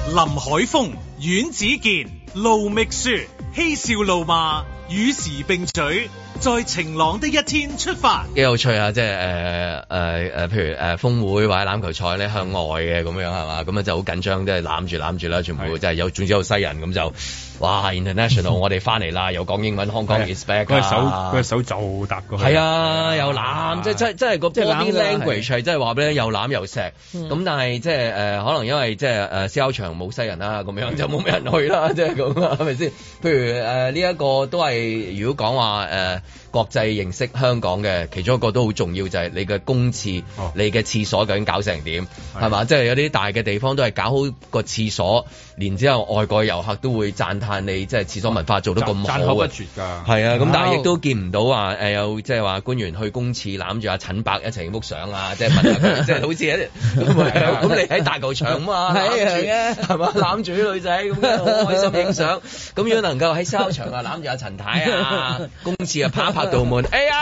Speaker 2: 林海峰、阮子健、盧覓雪，嬉笑怒罵，與時並舉，在晴朗的一天出發。
Speaker 1: 幾有趣啊！即係誒誒誒，譬如誒、呃、峰會或者欖球賽咧，向外嘅咁樣係嘛，咁啊就好緊張，即係攬住攬住啦，全部即係有總之有西人咁就，哇 international，我哋翻嚟啦，又講英文，Hong Kong is back
Speaker 6: 嗰隻手
Speaker 1: 啊
Speaker 6: 嗰隻手就搭過去。
Speaker 1: 係啊，又攬，即係即係即係個
Speaker 6: 即係攬
Speaker 1: body
Speaker 6: 㗎啦
Speaker 1: language 係真係話俾你聽又攬又錫。
Speaker 6: 嗯
Speaker 1: 咁但係即係誒，呃可能因為即係誒 C.O. 場冇西人啦，咁 樣就冇咩人去啦， 即係咁啦，係咪先？譬如誒呢一個都係，如果講話誒國際認識香港嘅，其中一個都好重要就係你嘅公廁、
Speaker 6: 哦
Speaker 1: 你嘅廁所究竟搞成點係嘛？即係有啲大嘅地方都係搞好個廁所，然之後外國遊客都會讚歎你即係廁所文化做得咁好
Speaker 6: 讚讚口不
Speaker 1: 啊
Speaker 6: 絕㗎
Speaker 1: 係啊，咁但係亦
Speaker 6: 有
Speaker 1: 都。都見唔到話誒有即係話官員去公廁攬住阿陳伯一齊影幅相啊， 即係問下佢，即係好似一咁你喺大球場嘛，
Speaker 4: 係
Speaker 1: 攬住
Speaker 4: 係
Speaker 1: 係嘛攬住啲女仔咁樣好開心影相，咁樣能夠喺沙場啊攬住阿陳太啊，公廁啊拍一拍道門，哎呀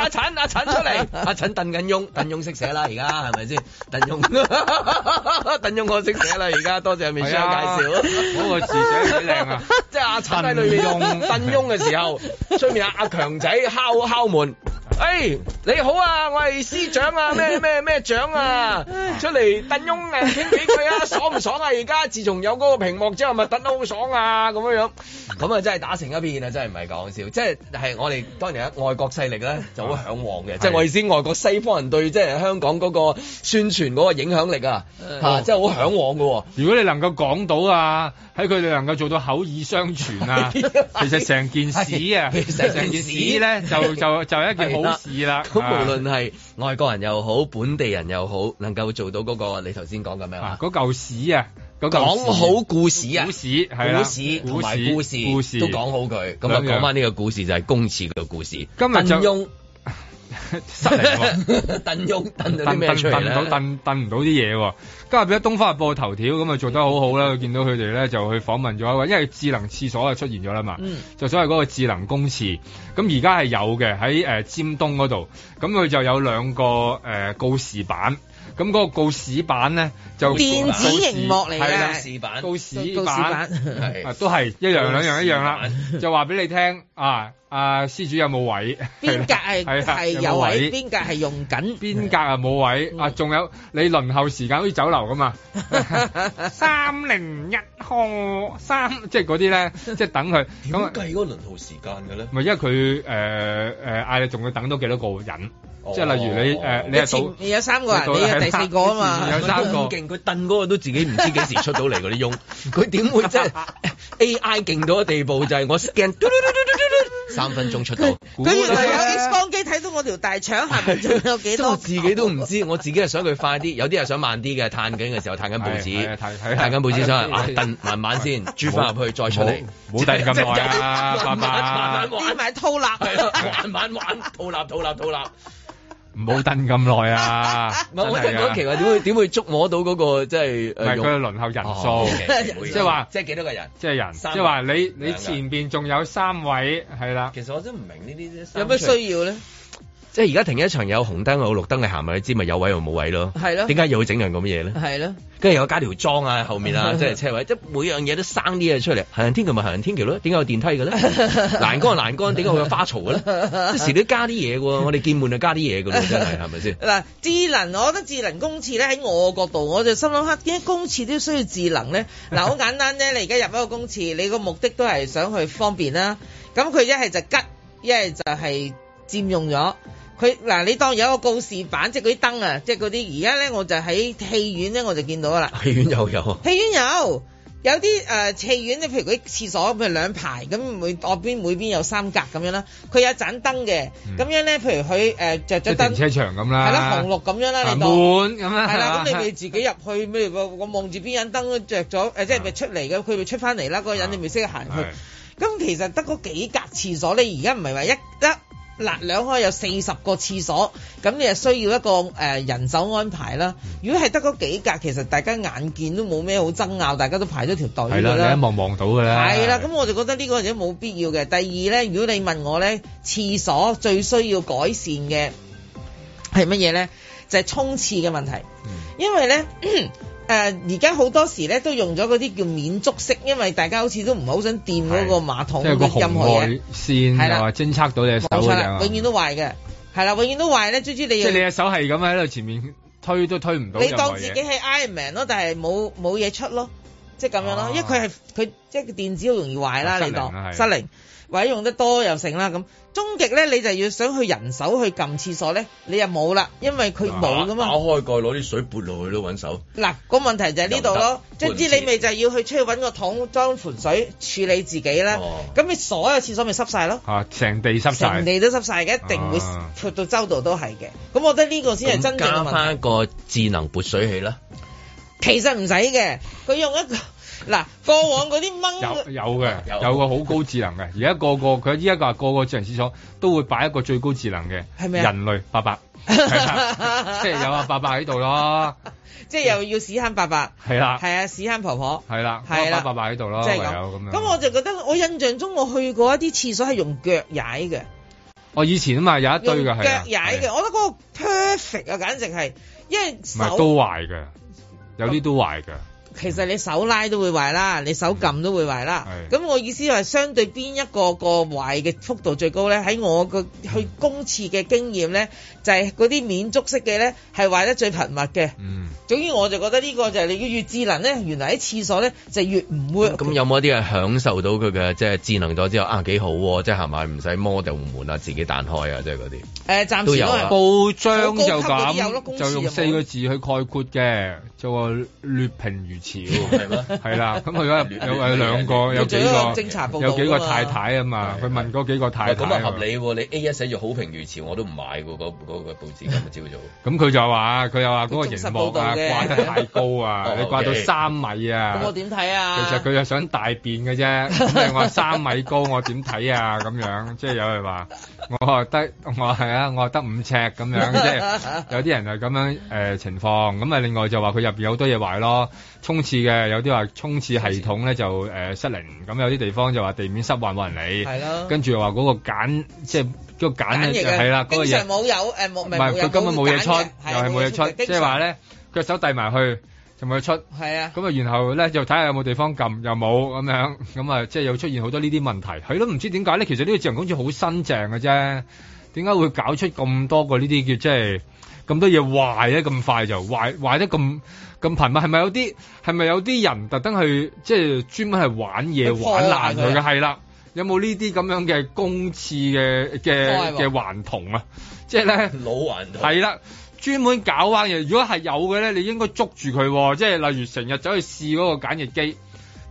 Speaker 1: 阿陳阿陳出嚟，阿陳鄧緊翁， 鄧翁識寫啦而家係咪先？鄧翁鄧翁我識寫啦而家，多謝 Michelle 介
Speaker 6: 係啊
Speaker 1: 紹，
Speaker 6: 嗰個字寫得幾靚啊！
Speaker 1: 即係阿陳喺裏面
Speaker 6: 鄧翁
Speaker 1: 鄧翁嘅時候，出面阿阿強仔敲敲門。誒你好啊，我係司長啊，咩咩咩長啊，出嚟鄧翁誒傾幾句啊，爽唔爽啊？而家自從有嗰個屏幕之後，咪等得好爽啊咁樣樣，咁啊真係打成一片啊，真係唔係講笑，即係係我哋當然啦，外國勢力咧就好向往嘅，即係我意思，外國西方人對即係香港嗰個宣傳嗰個影響力啊，嚇真係好向往嘅喎。
Speaker 6: 如果你能夠講到啊，喺佢哋能夠做到口耳相傳啊，其實成件事啊，
Speaker 1: 係成件事
Speaker 6: 成件事咧就就就係一件好事啦。
Speaker 1: 咁
Speaker 6: 啊
Speaker 1: 無論係外國人又好，本地人又好，能夠做到嗰個你頭先講咁樣啊，
Speaker 6: 嗰嚿屎啊，嗰嚿屎
Speaker 1: 講好故事啊，
Speaker 6: 股市係啦
Speaker 1: 故事同埋故事
Speaker 6: 股市
Speaker 1: 都講好佢。咁啊，
Speaker 6: 兩樣
Speaker 1: 講翻呢個故事就係公廁嘅故事。
Speaker 6: 今日就
Speaker 1: 鄧翁
Speaker 6: 失靈喎。
Speaker 1: 鄧翁鄧到啲咩出嚟
Speaker 6: 燉到
Speaker 1: 咧？
Speaker 6: 燉燉唔到啲嘢喎。今日變咗《東方日報》頭條咁啊，做得好好啦。見到佢哋咧就去訪問咗一位，因為智能廁所啊出現咗啦嘛，
Speaker 10: 嗯
Speaker 6: 就所謂啊嗰個智能公廁。咁而家係有嘅喺誒尖東嗰度，咁佢就有兩個誒、呃告示板。咁嗰個告示板咧就
Speaker 4: 電子
Speaker 6: 告示
Speaker 4: 熒幕嚟嘅
Speaker 6: 係啦
Speaker 4: 告示板
Speaker 6: 告示
Speaker 4: 告示
Speaker 6: 板
Speaker 4: 板
Speaker 6: 啊都係一樣兩樣一樣啦，就話俾你聽啊！啊，施主有冇位？
Speaker 4: 邊格 係
Speaker 6: 係啦
Speaker 4: 係有位，邊格係用緊，
Speaker 6: 邊格啊冇位啊，仲有你輪候時間好似酒樓咁啊，三零一號三，即係嗰啲咧，即係等佢咁啊，
Speaker 1: 計嗰個輪候時間嘅咧？
Speaker 6: 咪因為佢誒誒嗌你仲要等多幾多個人，即係例如你誒你
Speaker 4: 你
Speaker 6: 係
Speaker 4: 前
Speaker 6: 到
Speaker 4: 你有三個人，
Speaker 6: 你到
Speaker 4: 你係第四個啊嘛，
Speaker 6: 有三個
Speaker 1: 咁勁，佢燉嗰個都自己唔知幾時出到嚟嗰啲翁，佢點會即係 AI 勁到嘅地步？就係我 scan 嘟嘟嘟嘟嘟嘟三分鐘出到。
Speaker 4: 佢原
Speaker 6: 啊
Speaker 4: 來有 X 光機睇到我條大 腸下面仲有幾
Speaker 1: 即係我
Speaker 4: 多。
Speaker 1: 自己都唔知，我自己係想佢快啲，有啲係想慢啲嘅，嘆緊嘅時候嘆緊報
Speaker 6: 係係
Speaker 1: 紙，
Speaker 6: 係係
Speaker 1: 嘆緊報紙想
Speaker 6: 係
Speaker 1: 啊
Speaker 6: 係
Speaker 1: 燉慢慢 先，煮翻入去再出嚟，
Speaker 6: 冇冇遞咁耐 啊
Speaker 1: 即係
Speaker 6: 爸爸
Speaker 1: 慢慢慢慢
Speaker 4: 啲
Speaker 1: 玩，
Speaker 4: 埋套立，
Speaker 1: 係咯，慢慢玩，套立套立套立。
Speaker 6: 唔好等咁耐啊！
Speaker 1: 唔係，我真係覺
Speaker 6: 真係啊
Speaker 1: 得奇怪，點 會點會捉摸到嗰個即係哦
Speaker 6: 唔係佢嘅輪候人 數即係話
Speaker 1: 即係幾多個人？
Speaker 6: 即係人，即
Speaker 1: 三
Speaker 6: 係話你
Speaker 1: 兩
Speaker 6: 你
Speaker 1: 個
Speaker 6: 前邊仲有三位係啦。
Speaker 1: 其實我真唔明呢啲
Speaker 4: 有咩需要咧？
Speaker 1: 即係而家停一場有紅燈有綠燈，你行埋你知咪有位又冇位咯？
Speaker 4: 係咯
Speaker 1: 點解又要整樣咁嘅嘢咧？
Speaker 4: 係咯，
Speaker 1: 跟住又加條裝啊，後面 啊，即係車位，即係每樣嘢都生啲嘢出嚟。行人天橋咪行人天橋咯，點解有電梯嘅咧？ 欄杆係欄杆，點解會有花槽嘅咧？即時都加啲嘢嘅喎，我哋見門就加啲嘢嘅 喎，真係係咪先？
Speaker 4: 嗱，智能，我覺得智能公廁咧喺我角度，我就心諗黑點解公廁都需要智 能咧？嗱，好簡單啫，你而家入一個公廁，你個目的都係想去方便啦。咁佢一係就吉，一係就係佔用咗。佢嗱，你當有一個告示板，即係嗰啲燈啊，即係嗰啲。而家咧，我就喺戲院咧，我就見到啦。
Speaker 1: 戲院又有啊。
Speaker 4: 戲院有有啲誒、呃、戲院咧，譬如嗰啲廁所譬如兩排咁，每外邊每邊有三格咁樣啦。佢有一盞燈嘅，咁樣咧，譬如佢誒着
Speaker 6: 嗯即
Speaker 4: 咗
Speaker 6: 係停
Speaker 4: 燈，
Speaker 6: 車場咁啦，
Speaker 4: 係啦，紅綠咁樣啦，
Speaker 6: 啊
Speaker 4: 你當
Speaker 6: 滿咁啦，
Speaker 4: 係啦，咁你咪自己入去，咪我我望住邊盞燈都着咗，誒即係咪出嚟嘅，佢咪出翻嚟啦，嗰個人你咪識得行 去。咁其實得嗰幾格廁所你而家唔係話一一嗱兩開有四十個廁所，咁你係需要一個誒、呃人手安排啦。如果係得嗰幾格，其實大家眼見都冇咩好爭拗，大家都排咗條隊
Speaker 6: 係
Speaker 4: 㗎
Speaker 6: 啦，你一望望到㗎啦，
Speaker 4: 係啦，咁我就覺得呢個嘢冇必要嘅。第二咧，如果你問我咧，廁所最需要改善嘅係乜嘢咧？就係、沖廁嘅問題，
Speaker 6: 嗯
Speaker 4: 因為 咧。誒而家好多時咧都用咗嗰啲叫免觸式，因為大家好似都唔係好想掂嗰個馬桶
Speaker 6: 即係個
Speaker 4: 嘅任
Speaker 6: 紅
Speaker 4: 何
Speaker 6: 外
Speaker 4: 嘢，
Speaker 6: 線
Speaker 4: 係啦
Speaker 6: 又話偵測到你嘅手
Speaker 4: 冇錯
Speaker 6: 㗎
Speaker 4: 啦，永遠都壞嘅，係啦，永遠都壞咧。最主要你
Speaker 6: 即
Speaker 4: 要
Speaker 6: 係你嘅手係咁喺度前面推都推唔到
Speaker 4: 你
Speaker 6: 任
Speaker 4: 當
Speaker 6: 何
Speaker 4: 自
Speaker 6: 嘢
Speaker 4: 己係 Iron Man 咯，但係冇冇嘢出咯，即係咁樣咯，因為佢係佢即係個電子好容易壞啦，
Speaker 6: 失
Speaker 4: 你當
Speaker 6: 靈哦啊係
Speaker 4: 失靈或者用得多又成啦咁。終極咧，你就要想去人手去撳廁所咧，你又冇啦，因為佢冇噶
Speaker 1: 打
Speaker 6: 啊
Speaker 4: 嘛。
Speaker 1: 開蓋攞啲水潑落去咯，揾手。
Speaker 4: 嗱，個問題就係呢度咯，
Speaker 1: 又唔得
Speaker 4: 總之你咪就係要去出去揾個桶裝盆水處理自己啦。咁你所有廁所咪濕晒咯，
Speaker 6: 嚇，成地哦濕晒
Speaker 4: 成。地都濕晒嘅，一定會
Speaker 6: 啊
Speaker 4: 潑到周度都係嘅。咁我覺得呢個先係真正嘅
Speaker 1: 加
Speaker 4: 問題。
Speaker 1: 翻個智能撥水器 啦，
Speaker 4: 其實唔使嘅，佢用一個 嗱過往嗰啲掹
Speaker 6: 有有嘅，有個好高智能嘅。而家個個佢依家話個個智能廁所都會擺一個最高智能嘅，
Speaker 4: 係咪啊
Speaker 6: 人類伯 伯，係啊即係有阿伯伯喺度咯，
Speaker 4: 即係又要屎坑伯伯，
Speaker 6: 係啦
Speaker 4: 係啊，屎坑婆婆，
Speaker 6: 係啦，
Speaker 4: 係啦
Speaker 6: 伯伯喺度咯，
Speaker 4: 即
Speaker 6: 唯
Speaker 4: 係
Speaker 6: 啊有
Speaker 4: 咁
Speaker 6: 咁。樣。
Speaker 4: 咁我就覺得我印象中我去過一啲廁所係用腳踩嘅，
Speaker 6: 我以前啊嘛有一堆
Speaker 4: 用
Speaker 6: 嘅
Speaker 4: 腳
Speaker 6: 係啊，
Speaker 4: 踩嘅，我覺得嗰個 perfect 啊，簡直係，因為
Speaker 6: 唔係都
Speaker 4: 手
Speaker 6: 壞嘅，有啲都壞嘅。
Speaker 4: 其實你手拉都會壞啦，你手撳都會壞啦。
Speaker 6: 嗯
Speaker 4: 咁我意思係相對邊一個個壞嘅幅度最高咧？喺我個去公廁嘅經驗咧，就係嗰啲免觸式嘅咧係壞得最頻密嘅。
Speaker 6: 嗯，
Speaker 4: 總之我就覺得呢個就係你越智能咧，原來喺廁所咧就越唔
Speaker 6: 嗯
Speaker 4: 會。
Speaker 1: 咁有冇一啲係享受到佢嘅即係智能咗之後啊幾好喎？即係係咪唔使摸就門啊，自己彈開啊，即係嗰啲。
Speaker 4: 誒，暫時
Speaker 1: 都有啊
Speaker 4: 係
Speaker 6: 報章就
Speaker 4: 好高級嗰啲有咯公
Speaker 6: 咁，
Speaker 4: 廁
Speaker 6: 就用
Speaker 4: 有冇
Speaker 6: 四個字去概括嘅，就話劣評如潮，係
Speaker 1: 咩？
Speaker 6: 係啦，咁佢哦有有有 兩個，有幾
Speaker 1: 佢做一個
Speaker 6: 個
Speaker 1: 偵查報告㗎嘛
Speaker 6: 有幾個太太啊嘛，佢問嗰幾個太
Speaker 1: 喂
Speaker 6: 太
Speaker 1: 咁
Speaker 6: 啊
Speaker 1: 啊
Speaker 6: 嘛，
Speaker 1: 合理喎！你 A 一寫住好評如潮，我都唔買喎，嗰嗰個報紙今日 朝早。
Speaker 6: 咁佢就話佢又話嗰個
Speaker 1: 佢忠實
Speaker 6: 熒幕
Speaker 1: 報導
Speaker 6: 啊
Speaker 1: 嘅
Speaker 6: 掛得太高 啊
Speaker 1: 哦，
Speaker 6: 你掛到
Speaker 1: OK
Speaker 6: 三米啊
Speaker 4: 咁，我點睇 啊？
Speaker 6: 其實佢又想大便嘅啫，咁你話三米高我點睇啊？咁樣即係有人話我話得我係啊，我話得五尺咁樣，即係有啲人係咁樣誒、呃情況。咁啊，另外就話佢入邊有好多嘢壞咯，沖廁嘅有啲話沖廁系統咧就誒、呃失靈，咁有啲地方就話地面濕滑冇人理，
Speaker 4: 係咯
Speaker 6: 跟住又話嗰個簡即係嗰個簡
Speaker 4: 簡易
Speaker 6: 咧
Speaker 4: 嘅
Speaker 6: 係啦，嗰個
Speaker 4: 經
Speaker 6: 嘢
Speaker 4: 常。冇有誒冇
Speaker 6: 唔
Speaker 4: 唔
Speaker 6: 係佢根本冇嘢出，又係冇嘢出，即係話，咧腳手遞埋去就冇嘢出。
Speaker 4: 係啊，
Speaker 6: 咁啊，然後咧就睇下有冇地方撳，又冇咁樣，咁啊，即係又出現好多呢啲問題。係咯，唔知點解咧？其實呢個智能公司好新淨嘅啫，點解會搞出咁多個呢啲叫即係咁多嘢壞咧？咁快就壞壞得咁咁頻密，係咪有啲係咪有啲人特登去即係專門係玩嘢
Speaker 4: 去破
Speaker 6: 玩
Speaker 4: 壞
Speaker 6: 爛佢
Speaker 4: 佢
Speaker 6: 嘅？
Speaker 4: 啊
Speaker 6: 係啦，有冇呢啲咁樣嘅公廁嘅
Speaker 1: 破壞
Speaker 6: 嘅
Speaker 1: 喎
Speaker 6: 嘅頑童啊？即係咧
Speaker 1: 老頑童
Speaker 6: 係啦，專門搞彎嘢。如果係有嘅咧，你應該捉住佢喎，即係例如成日走去試嗰個簡易機。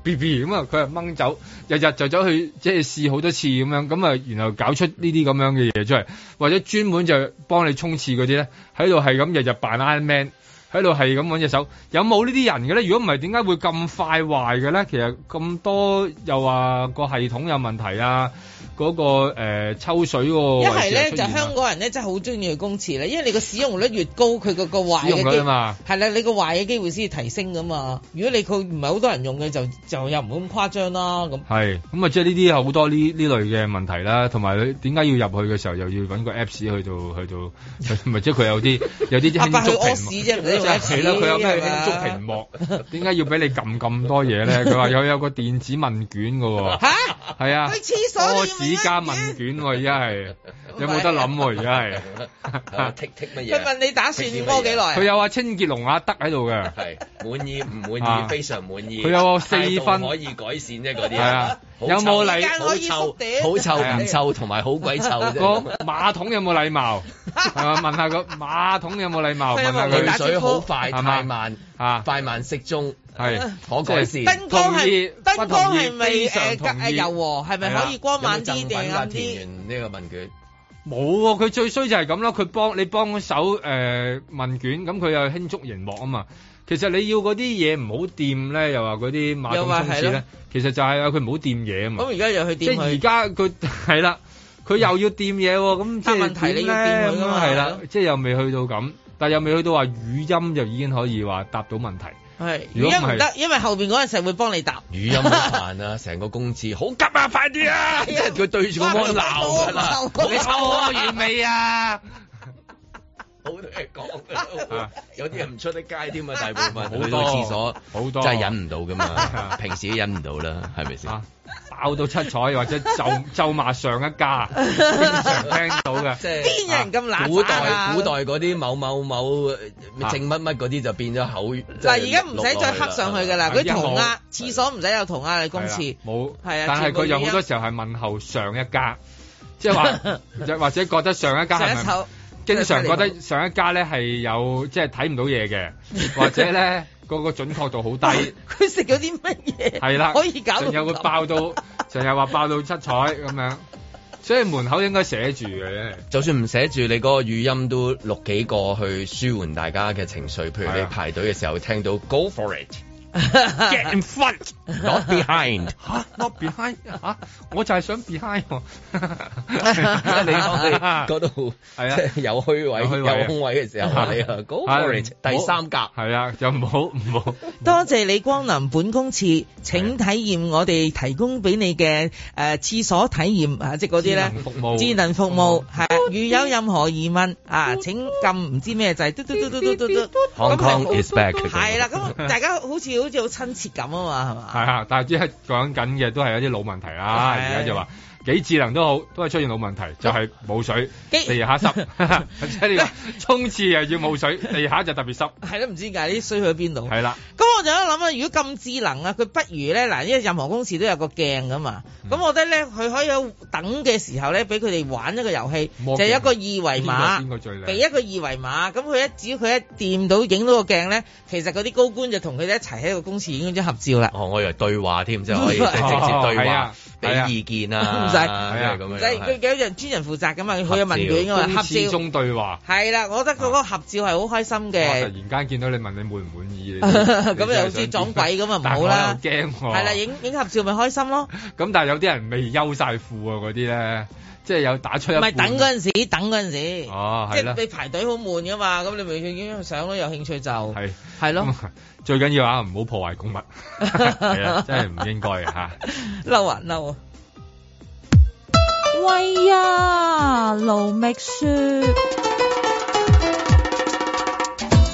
Speaker 6: B B 咁啊，佢係掹走，日日就走去即係試好多次咁樣，咁啊，然後搞出呢啲咁樣嘅嘢出嚟，或者專門就幫你沖廁嗰啲咧，喺度係咁日日扮 Iron Man，喺度係咁揾隻手，有冇呢啲人嘅咧？如果唔係，點解會咁快壞嘅咧？其實咁多又話個系統有問題啊，嗰、個、呃、抽水嗰
Speaker 4: 一
Speaker 6: 個位
Speaker 4: 係
Speaker 6: 置又
Speaker 4: 咧
Speaker 6: 出
Speaker 4: 就
Speaker 6: 現啊
Speaker 4: 香港人咧真係好中意去公廁咧，因為你個使用率越高，佢個個壞
Speaker 6: 使用率
Speaker 4: 嘅機
Speaker 6: 啊嘛
Speaker 4: 係啦，你個壞嘅機會先至提升噶嘛。如果你佢唔係好多人用嘅，就就又唔好咁誇張啦咁。
Speaker 6: 係，咁啊，即係呢啲有好多呢呢類嘅問題啦，同埋你點解要入去嘅時候又要揾個 Apps 去到去到， 咪即係佢有啲有啲
Speaker 4: 阿伯
Speaker 6: 輕
Speaker 4: 去
Speaker 6: 觸屏幕
Speaker 4: 屙屎，啫，唔使用 Apps
Speaker 6: 係啦，佢有咩
Speaker 4: 係啊嘛
Speaker 6: 輕觸屏幕？點解要俾你撳咁多嘢咧？佢話有有個電子問卷嘅 喎，
Speaker 4: 嚇
Speaker 6: 係啊，
Speaker 4: 去廁所你要
Speaker 6: 屙屎加問卷喎，而家 係有冇得諗喎？而家係
Speaker 1: 啊剔剔乜嘢？
Speaker 4: 佢問你打算屙幾耐啊
Speaker 6: 佢有啊，清潔龍阿德喺度嘅，
Speaker 1: 係滿意唔滿
Speaker 6: 啊
Speaker 1: 意？非常滿意。
Speaker 6: 佢有個四
Speaker 1: 態度
Speaker 6: 分
Speaker 1: 可以改善啫，嗰啲
Speaker 6: 係啊
Speaker 1: 好
Speaker 6: 有冇啊
Speaker 1: 臭
Speaker 6: 禮
Speaker 1: 好臭，好臭唔臭同埋好鬼臭啫。啊
Speaker 6: 個馬桶有冇禮貌？係嘛？問下個馬桶有冇禮貌？問下佢
Speaker 1: 淚水好快
Speaker 6: 係
Speaker 1: 太
Speaker 6: 嘛
Speaker 1: 慢，
Speaker 6: 啊，
Speaker 1: 快慢適中，
Speaker 6: 係
Speaker 1: 可改善。
Speaker 4: 燈光係燈光係咪
Speaker 1: 非常
Speaker 4: 誒
Speaker 1: 同意
Speaker 4: 誒柔和？係咪可以光猛
Speaker 1: 有
Speaker 4: 啲
Speaker 1: 冇贈
Speaker 6: 啊
Speaker 4: 定
Speaker 1: 品
Speaker 4: 係
Speaker 1: 㗎
Speaker 4: 暗啲？
Speaker 1: 填完呢個問卷。
Speaker 6: 冇喎，佢最衰就係咁咯，佢幫你幫手誒、呃、問卷，咁佢又輕觸熒幕啊嘛。其實你要嗰啲嘢唔好掂咧，又話嗰啲馬
Speaker 4: 又
Speaker 6: 桶
Speaker 4: 話
Speaker 6: 沖
Speaker 4: 係
Speaker 6: 廁
Speaker 4: 咯
Speaker 6: 咧，其實就係啊佢唔好掂嘢啊嘛
Speaker 4: 咁。而家又去
Speaker 6: 即係
Speaker 4: 掂
Speaker 6: 而
Speaker 4: 佢，
Speaker 6: 家佢 係啦，佢又要掂嘢喎， 咁即
Speaker 4: 但
Speaker 6: 係
Speaker 4: 問題你要
Speaker 6: 點
Speaker 4: 掂
Speaker 6: 咧
Speaker 4: 佢㗎嘛
Speaker 6: 咁係
Speaker 4: 係
Speaker 6: 啦
Speaker 4: 咯，
Speaker 6: 即係又未去到咁，但又未去到話語音就已經可以話答到問題。
Speaker 4: 係
Speaker 6: 如果唔
Speaker 4: 語音
Speaker 6: 係
Speaker 4: 唔得，因為後邊嗰陣時會幫你答。
Speaker 1: 語音好 煩啊！成個公廁好急啊，快啲
Speaker 4: 哎
Speaker 1: 啊！即係佢對住個 mon 鬧㗎啦，啊
Speaker 6: 你抽
Speaker 4: 啊
Speaker 6: 我完未 啊？
Speaker 1: 好多嘢講
Speaker 4: 啊
Speaker 1: 㗎，有啲人唔出得街添啊，大部分
Speaker 6: 好多
Speaker 1: 去到廁所
Speaker 6: 好多
Speaker 1: 真係忍唔到㗎嘛，
Speaker 6: 啊
Speaker 1: 平時都忍唔到啦，係咪先？
Speaker 4: 啊
Speaker 6: 爆到七彩，或者咒咒罵上一 家，經常聽到嘅。
Speaker 1: 即係
Speaker 4: 邊人咁懶
Speaker 1: 古
Speaker 4: 散啊
Speaker 1: 代古代嗰啲某某某呃正乜乜嗰啲就變咗口語。
Speaker 4: 嗱，而家唔使再刻上去㗎啦，嗰啲塗
Speaker 6: 係
Speaker 4: 鴉
Speaker 6: 啊，
Speaker 4: 廁所唔使有塗鴉，你公
Speaker 6: 係
Speaker 4: 廁
Speaker 6: 啦冇，
Speaker 4: 係啊
Speaker 6: 但係
Speaker 4: 全部
Speaker 6: 佢有好
Speaker 4: 語
Speaker 6: 多
Speaker 4: 音
Speaker 6: 時候係問候上一 家，即係話或或者覺得上一家
Speaker 4: 上
Speaker 6: 係
Speaker 4: 一
Speaker 6: 咪
Speaker 4: 手？
Speaker 6: 經常覺得上一家咧係有即係睇唔到嘢 嘅，或者咧個個準確度好低，
Speaker 4: 佢食咗啲乜嘢？
Speaker 6: 係啦，
Speaker 4: 可以搞到
Speaker 6: 仲有會
Speaker 4: 咁
Speaker 6: 爆 到，成日話爆到七彩咁樣，所以門口應該寫住嘅。
Speaker 1: 就算唔寫住，你嗰個語音都錄幾個去舒緩大家嘅情緒。譬如
Speaker 6: 係
Speaker 1: 你
Speaker 6: 啊
Speaker 1: 排隊嘅時候聽到 Go for it,
Speaker 6: Get in front,
Speaker 1: not behind。
Speaker 6: 嚇，not behind 嚇，我就係想 behind 喎。
Speaker 1: 你當你 嗰度
Speaker 6: 係啊
Speaker 1: 即係有虛位、
Speaker 6: 有虛位啊
Speaker 1: 有空位嘅時候，你 啊 Go for it，第三格。
Speaker 6: 係啊，就唔好唔好。
Speaker 4: 多謝你光臨本公廁，請體驗我哋提供俾你嘅誒廁所體驗啊，即係嗰啲咧
Speaker 6: 智能服務哦
Speaker 4: 智能服務係啊如有任何疑問啊，請撳唔知咩掣，嘟嘟嘟嘟嘟嘟
Speaker 6: 哦
Speaker 4: 嘟
Speaker 1: Hong
Speaker 4: 咁係
Speaker 1: Kong is back
Speaker 4: 係啦，咁大家好似好似好親切咁啊嘛，係嘛？
Speaker 6: 啊係啊，但係只係講緊嘅都係一啲老問題啦。
Speaker 4: 係
Speaker 6: 而家就話幾智能都好，都係出現老問題，就係冇水，
Speaker 4: 機
Speaker 6: 地下 濕。即係你話沖廁又要冇水，地下就特別濕。
Speaker 4: 係都唔知解呢啲衰去咗邊度。
Speaker 6: 係啦，
Speaker 4: 咁我就喺度諗啊，如果咁智能啊，佢不如咧嗱，因為任何公廁都有個鏡噶嘛，
Speaker 6: 嗯
Speaker 4: 咁、我覺得咧，佢可以喺等嘅時候咧，俾佢哋玩一個遊戲，
Speaker 6: 摸
Speaker 4: 就
Speaker 6: 鏡
Speaker 4: 有一個二維
Speaker 6: 邊個邊個最
Speaker 4: 碼，
Speaker 6: 靚
Speaker 4: 俾一個二維碼，咁佢一只要佢一掂到影到個鏡咧，其實嗰啲高官就同佢哋一齊喺個公廁影咗張合照啦。
Speaker 1: 哦，我以為對話添，即係 可以即係直接對
Speaker 6: 哦係
Speaker 1: 話
Speaker 6: 啊，
Speaker 1: 俾
Speaker 6: 係啊
Speaker 1: 意見啊，
Speaker 4: 唔使
Speaker 1: 即係咁
Speaker 4: 唔
Speaker 1: 樣
Speaker 4: 使，佢
Speaker 1: 係。
Speaker 4: 佢有人專人負責噶嘛，佢有問卷噶嘛，合
Speaker 6: 公廁
Speaker 4: 照
Speaker 6: 中哦對話。
Speaker 4: 係啦，我覺得佢嗰個合照係好開心
Speaker 6: 我突
Speaker 4: 嘅。
Speaker 6: 然間見到你問你滿唔滿意，你
Speaker 4: 咁
Speaker 6: 你真係
Speaker 4: 又
Speaker 6: 想
Speaker 4: 好似
Speaker 6: 點
Speaker 4: 撞鬼咁啊唔
Speaker 6: 但係
Speaker 4: 好
Speaker 6: 我
Speaker 4: 啦
Speaker 6: 又驚喎。
Speaker 4: 係啦，影影合照咪開心 咯，
Speaker 6: 咁但係有啲人未休晒褲啊，嗰啲咧，即係有打出
Speaker 4: 唔
Speaker 6: 一半。啊
Speaker 4: 係等嗰陣時，等嗰陣時。
Speaker 6: 哦，
Speaker 4: 即
Speaker 6: 係啦
Speaker 4: 係，你排隊好悶噶嘛，咁你咪已經上咯，有興趣就
Speaker 6: 係
Speaker 4: 係咯，
Speaker 6: 咁最緊要啊，唔好破壞公 物， 係啊，真係唔應該嘅嚇。
Speaker 4: 嬲啊嬲啊！
Speaker 10: 喂呀，盧覓雪。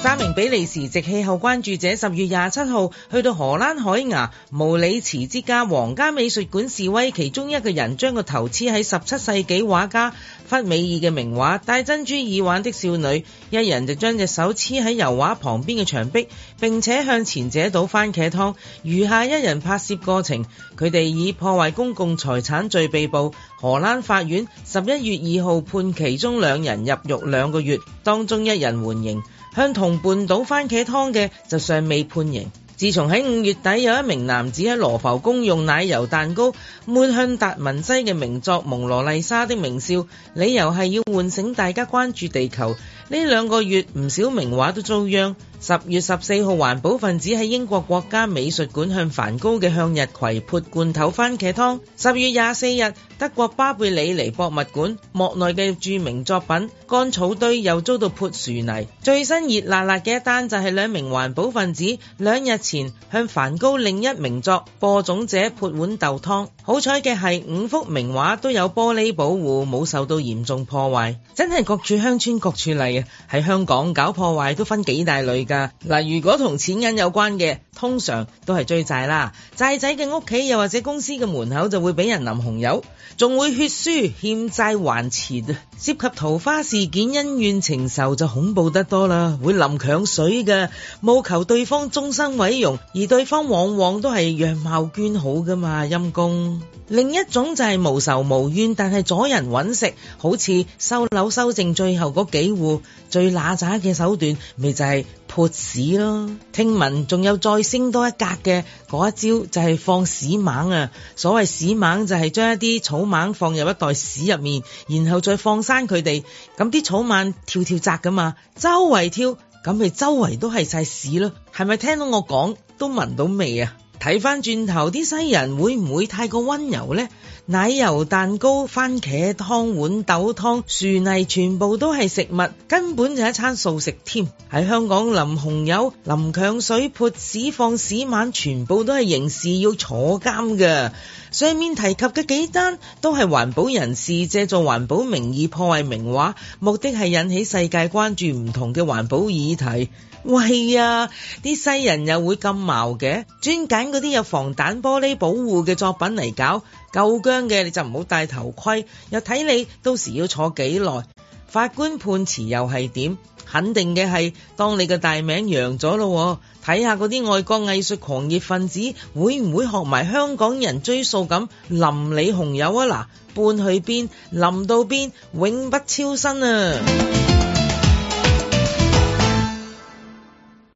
Speaker 4: 三名比利時籍氣候關注者十月廿七號去到荷蘭海牙毛里茨之家皇家美術館示威，其中一個人將個頭黐喺十七世紀畫家弗美爾嘅名畫《戴珍珠耳環的少女》，一人就將隻手黐喺油畫旁邊嘅牆壁，並且向前者倒番茄湯。餘下一人拍攝過程，佢哋以破壞公共財產罪被捕。荷蘭法院十一月二號判其中兩人入獄兩個月，當中一人緩刑。向同伴倒番茄湯嘅就尚未判刑。自從喺五月底有一名男子喺羅浮宮用奶油蛋糕抹向達文西嘅名作《蒙羅麗莎的微笑》，理由係要喚醒大家關注地球。呢兩個月唔少名畫都遭殃。十月十四號，環保分子喺英國國家美術館向梵高嘅向日葵潑罐頭番茄湯。十月廿四日，德國巴貝里尼博物館莫內嘅著名作品《乾草堆》又遭到潑薯泥。最新熱辣辣嘅一單就係兩名環保分子兩日前向梵高另一名作《播種者》潑碗豆湯。好彩嘅係五啊幅名畫都有玻璃保護，冇受到嚴重破壞。真係各處鄉村各處例。壞嘅。喺香港搞破壞都分幾大類㗎。嗱，如果同錢銀有關嘅，通常都係追債啦。債仔嘅屋企又或者公司嘅門口就會俾人淋紅油，仲會血書欠債還錢啊。涉及桃花事件、恩怨情仇就恐怖得多啦，會淋強水㗎，務求對方終身毀容，而對方往往都係樣貌娟好㗎嘛，陰公。另一種就係無仇無怨，但係阻人揾食，好似收樓收剩最後嗰幾戶，最揦渣嘅手段，咪就係潑屎咯。聽聞仲有再升多一格嘅嗰一招，就係放屎猛啊！所謂屎猛就係將一啲草蜢放入一袋屎入面，然後再放生佢哋，咁啲草蜢跳跳紮噶嘛，周圍跳，咁咪周圍都係晒屎咯。係咪聽到我講都聞到味啊？睇翻轉頭，啲西人會唔會太過温柔呢？奶油蛋糕、番茄湯、豌豆湯、薯泥，全部都係食物，根本就一餐素食添。喺香港淋紅油、淋強水、潑屎、放屎晚，全部都係刑事要坐監嘅。上面提及嘅幾單都係環保人士借助環保名義破壞名畫，目的係引起世界關注唔同嘅環保議題。喂呀，啲西人又會咁矛嘅，專揀嗰啲有防彈玻璃保護嘅作品嚟搞，夠薑嘅你就唔好戴頭盔，又睇你到時要坐幾耐。法官判詞又係點？肯定嘅係，當你個大名揚咗咯，睇下嗰啲外國藝術狂熱分子會唔會學埋香港人追數咁淋你紅油啊嗱，搬去邊淋到邊，永不超生啊！